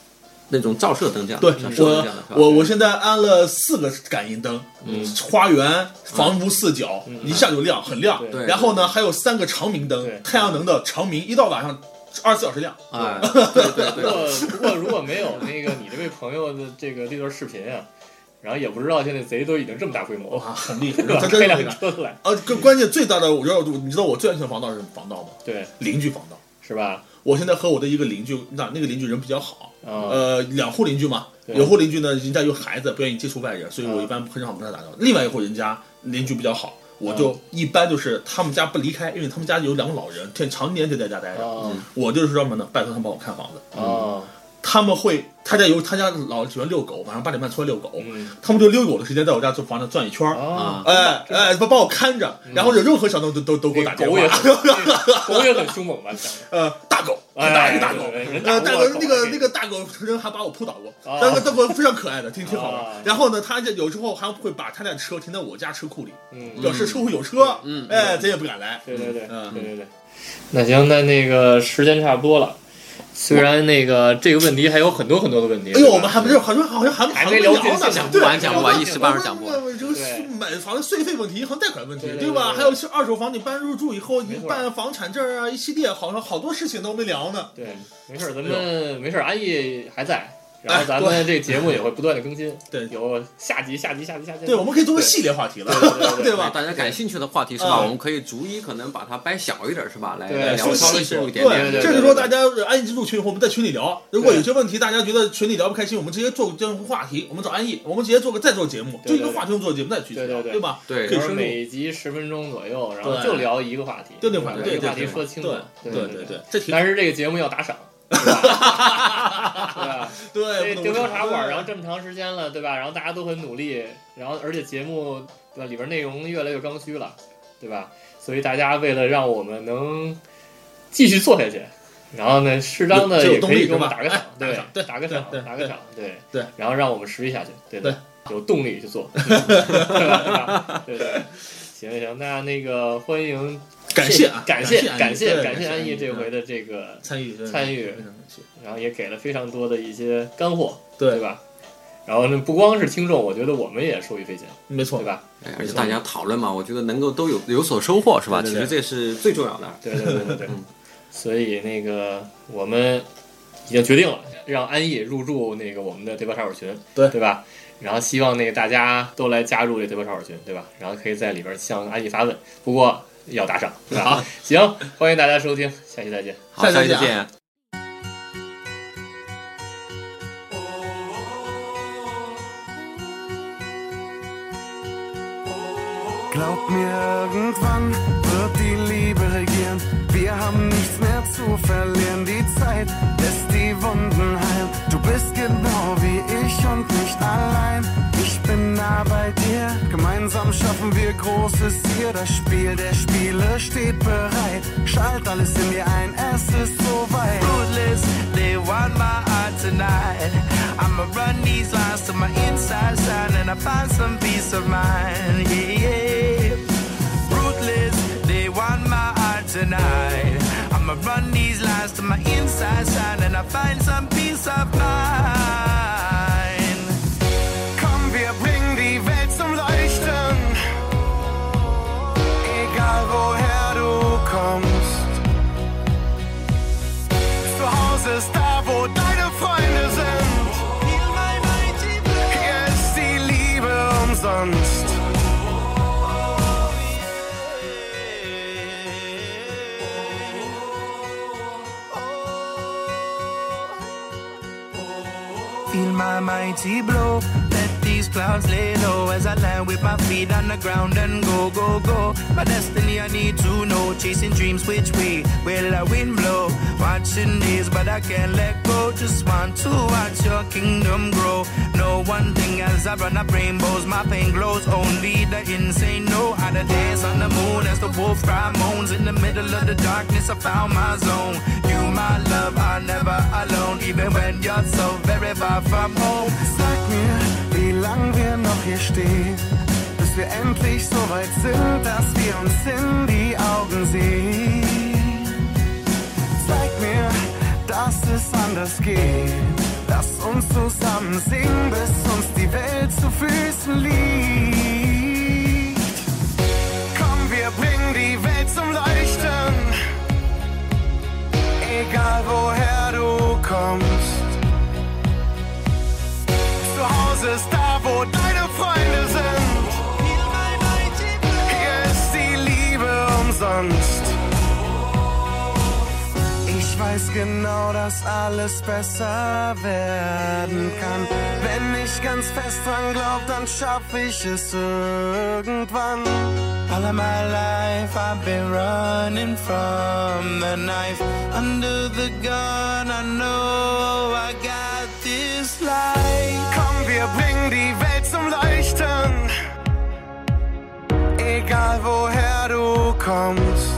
[SPEAKER 4] 那种照射灯这样的，
[SPEAKER 3] 对
[SPEAKER 4] 像射灯
[SPEAKER 3] 我
[SPEAKER 4] 这样的，是吧？
[SPEAKER 3] 我我现在安了四个感应灯，花园、房屋四角一下就亮，很亮。
[SPEAKER 4] 对
[SPEAKER 3] 然后呢，还有三个长明灯
[SPEAKER 5] 对，
[SPEAKER 3] 太阳能的长明，一到晚上二十四小时亮。
[SPEAKER 4] 啊，对对
[SPEAKER 5] 不
[SPEAKER 4] 对
[SPEAKER 5] 过不过如果没有那个你这位朋友的这个这段视频啊，然后也不知道现在贼都已经这么大规模了，
[SPEAKER 3] 哇，很厉害，
[SPEAKER 5] 是吧
[SPEAKER 3] 他？真
[SPEAKER 5] 开
[SPEAKER 3] 的
[SPEAKER 5] 辆
[SPEAKER 3] 很厉害。
[SPEAKER 5] 车出来，
[SPEAKER 3] 呃，关关键最大的，我觉得你知道我最安全防盗是什么防盗吗？
[SPEAKER 5] 对，
[SPEAKER 3] 邻居防盗。
[SPEAKER 5] 是吧？
[SPEAKER 3] 我现在和我的一个邻居，那那个邻居人比较好，
[SPEAKER 5] 啊、
[SPEAKER 3] 呃，两户邻居嘛，
[SPEAKER 5] 对
[SPEAKER 3] 有户邻居呢，人家有孩子，不愿意接触外人，所以我
[SPEAKER 5] 嗯
[SPEAKER 3] 一般很少跟他打交道。另外一户人家邻居比较好，我
[SPEAKER 5] 啊
[SPEAKER 3] 就一般就是他们家不离开，因为他们家有两个老人，天常年就在家待着。
[SPEAKER 5] 啊
[SPEAKER 3] 我就是专门的拜托他们帮我看房子，
[SPEAKER 5] 啊，
[SPEAKER 3] 他们会他家有他家老喜欢遛狗，晚上八点半出来遛狗，
[SPEAKER 5] 嗯
[SPEAKER 3] 他们就遛狗的时间在我家做房子转一圈儿。
[SPEAKER 5] 啊，
[SPEAKER 3] 哎哎，帮帮我看着，然后有任何小动物都都都给我打
[SPEAKER 5] 那
[SPEAKER 3] 电
[SPEAKER 5] 狗也
[SPEAKER 3] 话。
[SPEAKER 5] 很，那狗啊也很凶猛吧？
[SPEAKER 3] 呃，大狗，很
[SPEAKER 5] 哎
[SPEAKER 3] 大一个大狗，
[SPEAKER 5] 对对对
[SPEAKER 3] 呃，
[SPEAKER 5] 人打
[SPEAKER 3] 大
[SPEAKER 5] 我
[SPEAKER 3] 狗那个
[SPEAKER 5] 狗还
[SPEAKER 3] 那个大狗人还把我扑倒过，
[SPEAKER 5] 啊
[SPEAKER 3] 但是大狗非常可爱的，挺挺好
[SPEAKER 5] 啊
[SPEAKER 3] 玩。然后呢，他就有时候还会把他的车停在我家车库里，
[SPEAKER 5] 嗯，
[SPEAKER 3] 表示车库有车，
[SPEAKER 4] 嗯
[SPEAKER 3] 哎，谁也不敢来。
[SPEAKER 5] 对对对，
[SPEAKER 3] 嗯
[SPEAKER 5] 对对对。那行，那那个时间差不多了。虽然那个这个问题还有很多很多的问题，
[SPEAKER 3] 哎呦，
[SPEAKER 5] 对吧
[SPEAKER 3] 我们还没好像好像还
[SPEAKER 5] 还
[SPEAKER 3] 没
[SPEAKER 5] 没聊
[SPEAKER 3] 聊
[SPEAKER 5] 尽
[SPEAKER 3] 呢，
[SPEAKER 5] 讲
[SPEAKER 4] 不
[SPEAKER 3] 对
[SPEAKER 4] 完讲不完一时半会儿
[SPEAKER 3] 我
[SPEAKER 4] 讲不
[SPEAKER 3] 们
[SPEAKER 4] 完
[SPEAKER 3] 我们这个是
[SPEAKER 5] 对
[SPEAKER 3] 买房的税费问题和贷款问题，
[SPEAKER 5] 对对
[SPEAKER 3] 对吧？
[SPEAKER 5] 对对
[SPEAKER 3] 还有是二手房你搬入住以后，你
[SPEAKER 5] 没错
[SPEAKER 3] 办房产证啊，一系列好像好多事情都没聊呢。
[SPEAKER 5] 对，没事儿，咱们没事儿，安逸还在，然后咱
[SPEAKER 3] 哎
[SPEAKER 5] 们这个节目也会不断的更新，
[SPEAKER 3] 对
[SPEAKER 5] 有下集、下集、下集、下集，
[SPEAKER 3] 对，我们可以作为
[SPEAKER 5] 对
[SPEAKER 3] 系列话题了，
[SPEAKER 5] 对对对
[SPEAKER 3] 对
[SPEAKER 5] 对
[SPEAKER 3] 吧？
[SPEAKER 4] 大家感兴趣的话题是吧？
[SPEAKER 3] 嗯
[SPEAKER 4] 我们可以逐一可能把它掰小一点是吧？来
[SPEAKER 5] 对
[SPEAKER 4] 来聊
[SPEAKER 5] 说
[SPEAKER 4] 稍微
[SPEAKER 3] 细
[SPEAKER 4] 深入一点
[SPEAKER 5] 对
[SPEAKER 4] 点。
[SPEAKER 5] 对
[SPEAKER 3] 这
[SPEAKER 5] 对
[SPEAKER 3] 是说大家安逸进入群以后，我们在群里聊。如果
[SPEAKER 5] 对
[SPEAKER 3] 有些问题大家觉得群里聊不开心，我们直接做任何话题，我们找安逸，我们直接做个再做节目，就
[SPEAKER 5] 对对
[SPEAKER 3] 一个话题我们做节目再去
[SPEAKER 5] 对
[SPEAKER 3] 聊，
[SPEAKER 5] 对对
[SPEAKER 3] 对吧？
[SPEAKER 4] 对
[SPEAKER 3] 可以
[SPEAKER 5] 然
[SPEAKER 3] 深
[SPEAKER 5] 后
[SPEAKER 3] 入
[SPEAKER 5] 每集十分钟左右，然后
[SPEAKER 3] 对
[SPEAKER 5] 就聊一个话题，
[SPEAKER 3] 就那话题
[SPEAKER 5] 对
[SPEAKER 3] 对
[SPEAKER 5] 一个话
[SPEAKER 3] 对
[SPEAKER 5] 题
[SPEAKER 3] 对
[SPEAKER 5] 说清楚
[SPEAKER 3] 对，
[SPEAKER 5] 对
[SPEAKER 3] 对
[SPEAKER 5] 对。
[SPEAKER 3] 这题
[SPEAKER 5] 但是这个节目要 打赏，是吧 对吧？
[SPEAKER 3] 对不
[SPEAKER 5] 这
[SPEAKER 3] 能
[SPEAKER 5] 丢标
[SPEAKER 3] 说
[SPEAKER 5] 茶啊馆，然后
[SPEAKER 3] 对
[SPEAKER 5] 这么长时间了，对吧？然后大家都很努力，然后而且节目对吧里边内容越来越刚需了，对吧？所以大家为了让我们能继续做下去，然后呢，适当的
[SPEAKER 3] 有有
[SPEAKER 5] 也可
[SPEAKER 3] 动力
[SPEAKER 5] 以给我们
[SPEAKER 3] 是吧
[SPEAKER 5] 打个赏，
[SPEAKER 3] 哎
[SPEAKER 5] 对
[SPEAKER 3] 打个赏，对
[SPEAKER 5] 打个赏
[SPEAKER 3] 对，对
[SPEAKER 5] 打个赏，对
[SPEAKER 3] 对，
[SPEAKER 5] 然后让我们持续下去，对
[SPEAKER 3] 对
[SPEAKER 5] 的，有动力去做， 对吧？对对。行行，那那个欢迎，
[SPEAKER 3] 感谢啊，
[SPEAKER 5] 感
[SPEAKER 3] 谢
[SPEAKER 5] 谢感
[SPEAKER 3] 谢嗯
[SPEAKER 5] 感谢安
[SPEAKER 3] 逸
[SPEAKER 5] 逸这回
[SPEAKER 3] 的
[SPEAKER 5] 的这个，
[SPEAKER 3] 参与对
[SPEAKER 5] 参与
[SPEAKER 3] 非常感谢
[SPEAKER 5] 然后也给了非常多的一些干货，对
[SPEAKER 3] 对，
[SPEAKER 5] 吧？然后呢，不光是听众，我觉得我们也受益匪浅，
[SPEAKER 3] 没错
[SPEAKER 5] 对，吧？
[SPEAKER 4] 哎而且大家讨论嘛，我觉得能够都有有所收获是吧？
[SPEAKER 3] 对
[SPEAKER 4] 其
[SPEAKER 3] 对
[SPEAKER 4] 实这是最重要的。
[SPEAKER 5] 对对对对 对
[SPEAKER 4] 嗯。
[SPEAKER 5] 所以那个我们已经决定了，让安逸入驻那个我们的对吧茶友群，
[SPEAKER 3] 对
[SPEAKER 5] 对吧？然后希望那个大家都来加入这对吧茶友群，对吧？然后可以在里边向安逸发问，不过要打赏， 对吧？好，行，欢迎大家收听，下期再见。
[SPEAKER 4] 好，下期
[SPEAKER 3] 下期再
[SPEAKER 4] 再见。
[SPEAKER 6] Glaub mir, irgendwann wird die Liebe regieren. Wir haben nichts mehr zu verlieren. Die Zeit lässt die Wunden heilen. Du bist genau wie ich und nicht allein. Ich bin nah bei dir. Gemeinsam schaffen wir Großes hier. Das Spiel der Spiele steht bereit. Schalt alles in dir ein, es ist soweit.
[SPEAKER 7] ruthless. They want my heart tonight. I'ma run these lines to my inside side and I find some peace of mind. Yeah, yeah. Ruthless. They want my heart tonight. I'ma run these lines to my inside side and I find some peace of mind.
[SPEAKER 6] Komm, wir bringen die Welt zum Leuchten. Egal woher du kommst. Zu Hause ist da, wo deine Freunde sind. Hier ist die Liebe umsonst.
[SPEAKER 7] Feel my mighty blow. Let these clouds lay low as I land with my feet on the ground and go, go, go. My destiny I need to know. Chasing dreams, which way will I wind blow? Watching this, but I can't let go. Just want to watch your kingdom grow. No one thing as I run up rainbows, my pain glows. Only the insane know how to dance on the moon as the wolf cry moans. In the middle of the darkness, I found my zone. You, my love, are never alone, even when you're so very far from home.
[SPEAKER 6] Sag mir, wie lang wir noch hier stehen, bis wir endlich so weit sind, dass wir uns in die Augen sehen. Zeig mir, dass es anders geht. Lass uns zusammen singen, bis uns die Welt zu Füßen liegt. Komm, wir bringen die Welt zum Leuchten. Egal woher du kommst. Zu Hause ist da, wo deine Freunde sind. Hier ist die Liebe umsonst. Ich weiß genau, dass alles besser werden kann. Wenn ich ganz fest dran glaub, dann schaff ich es irgendwann. All of my life I've been running from the knife. Under the gun, I know I got this life. Komm, wir bringen die Welt zum Leuchten. Egal woher du kommst.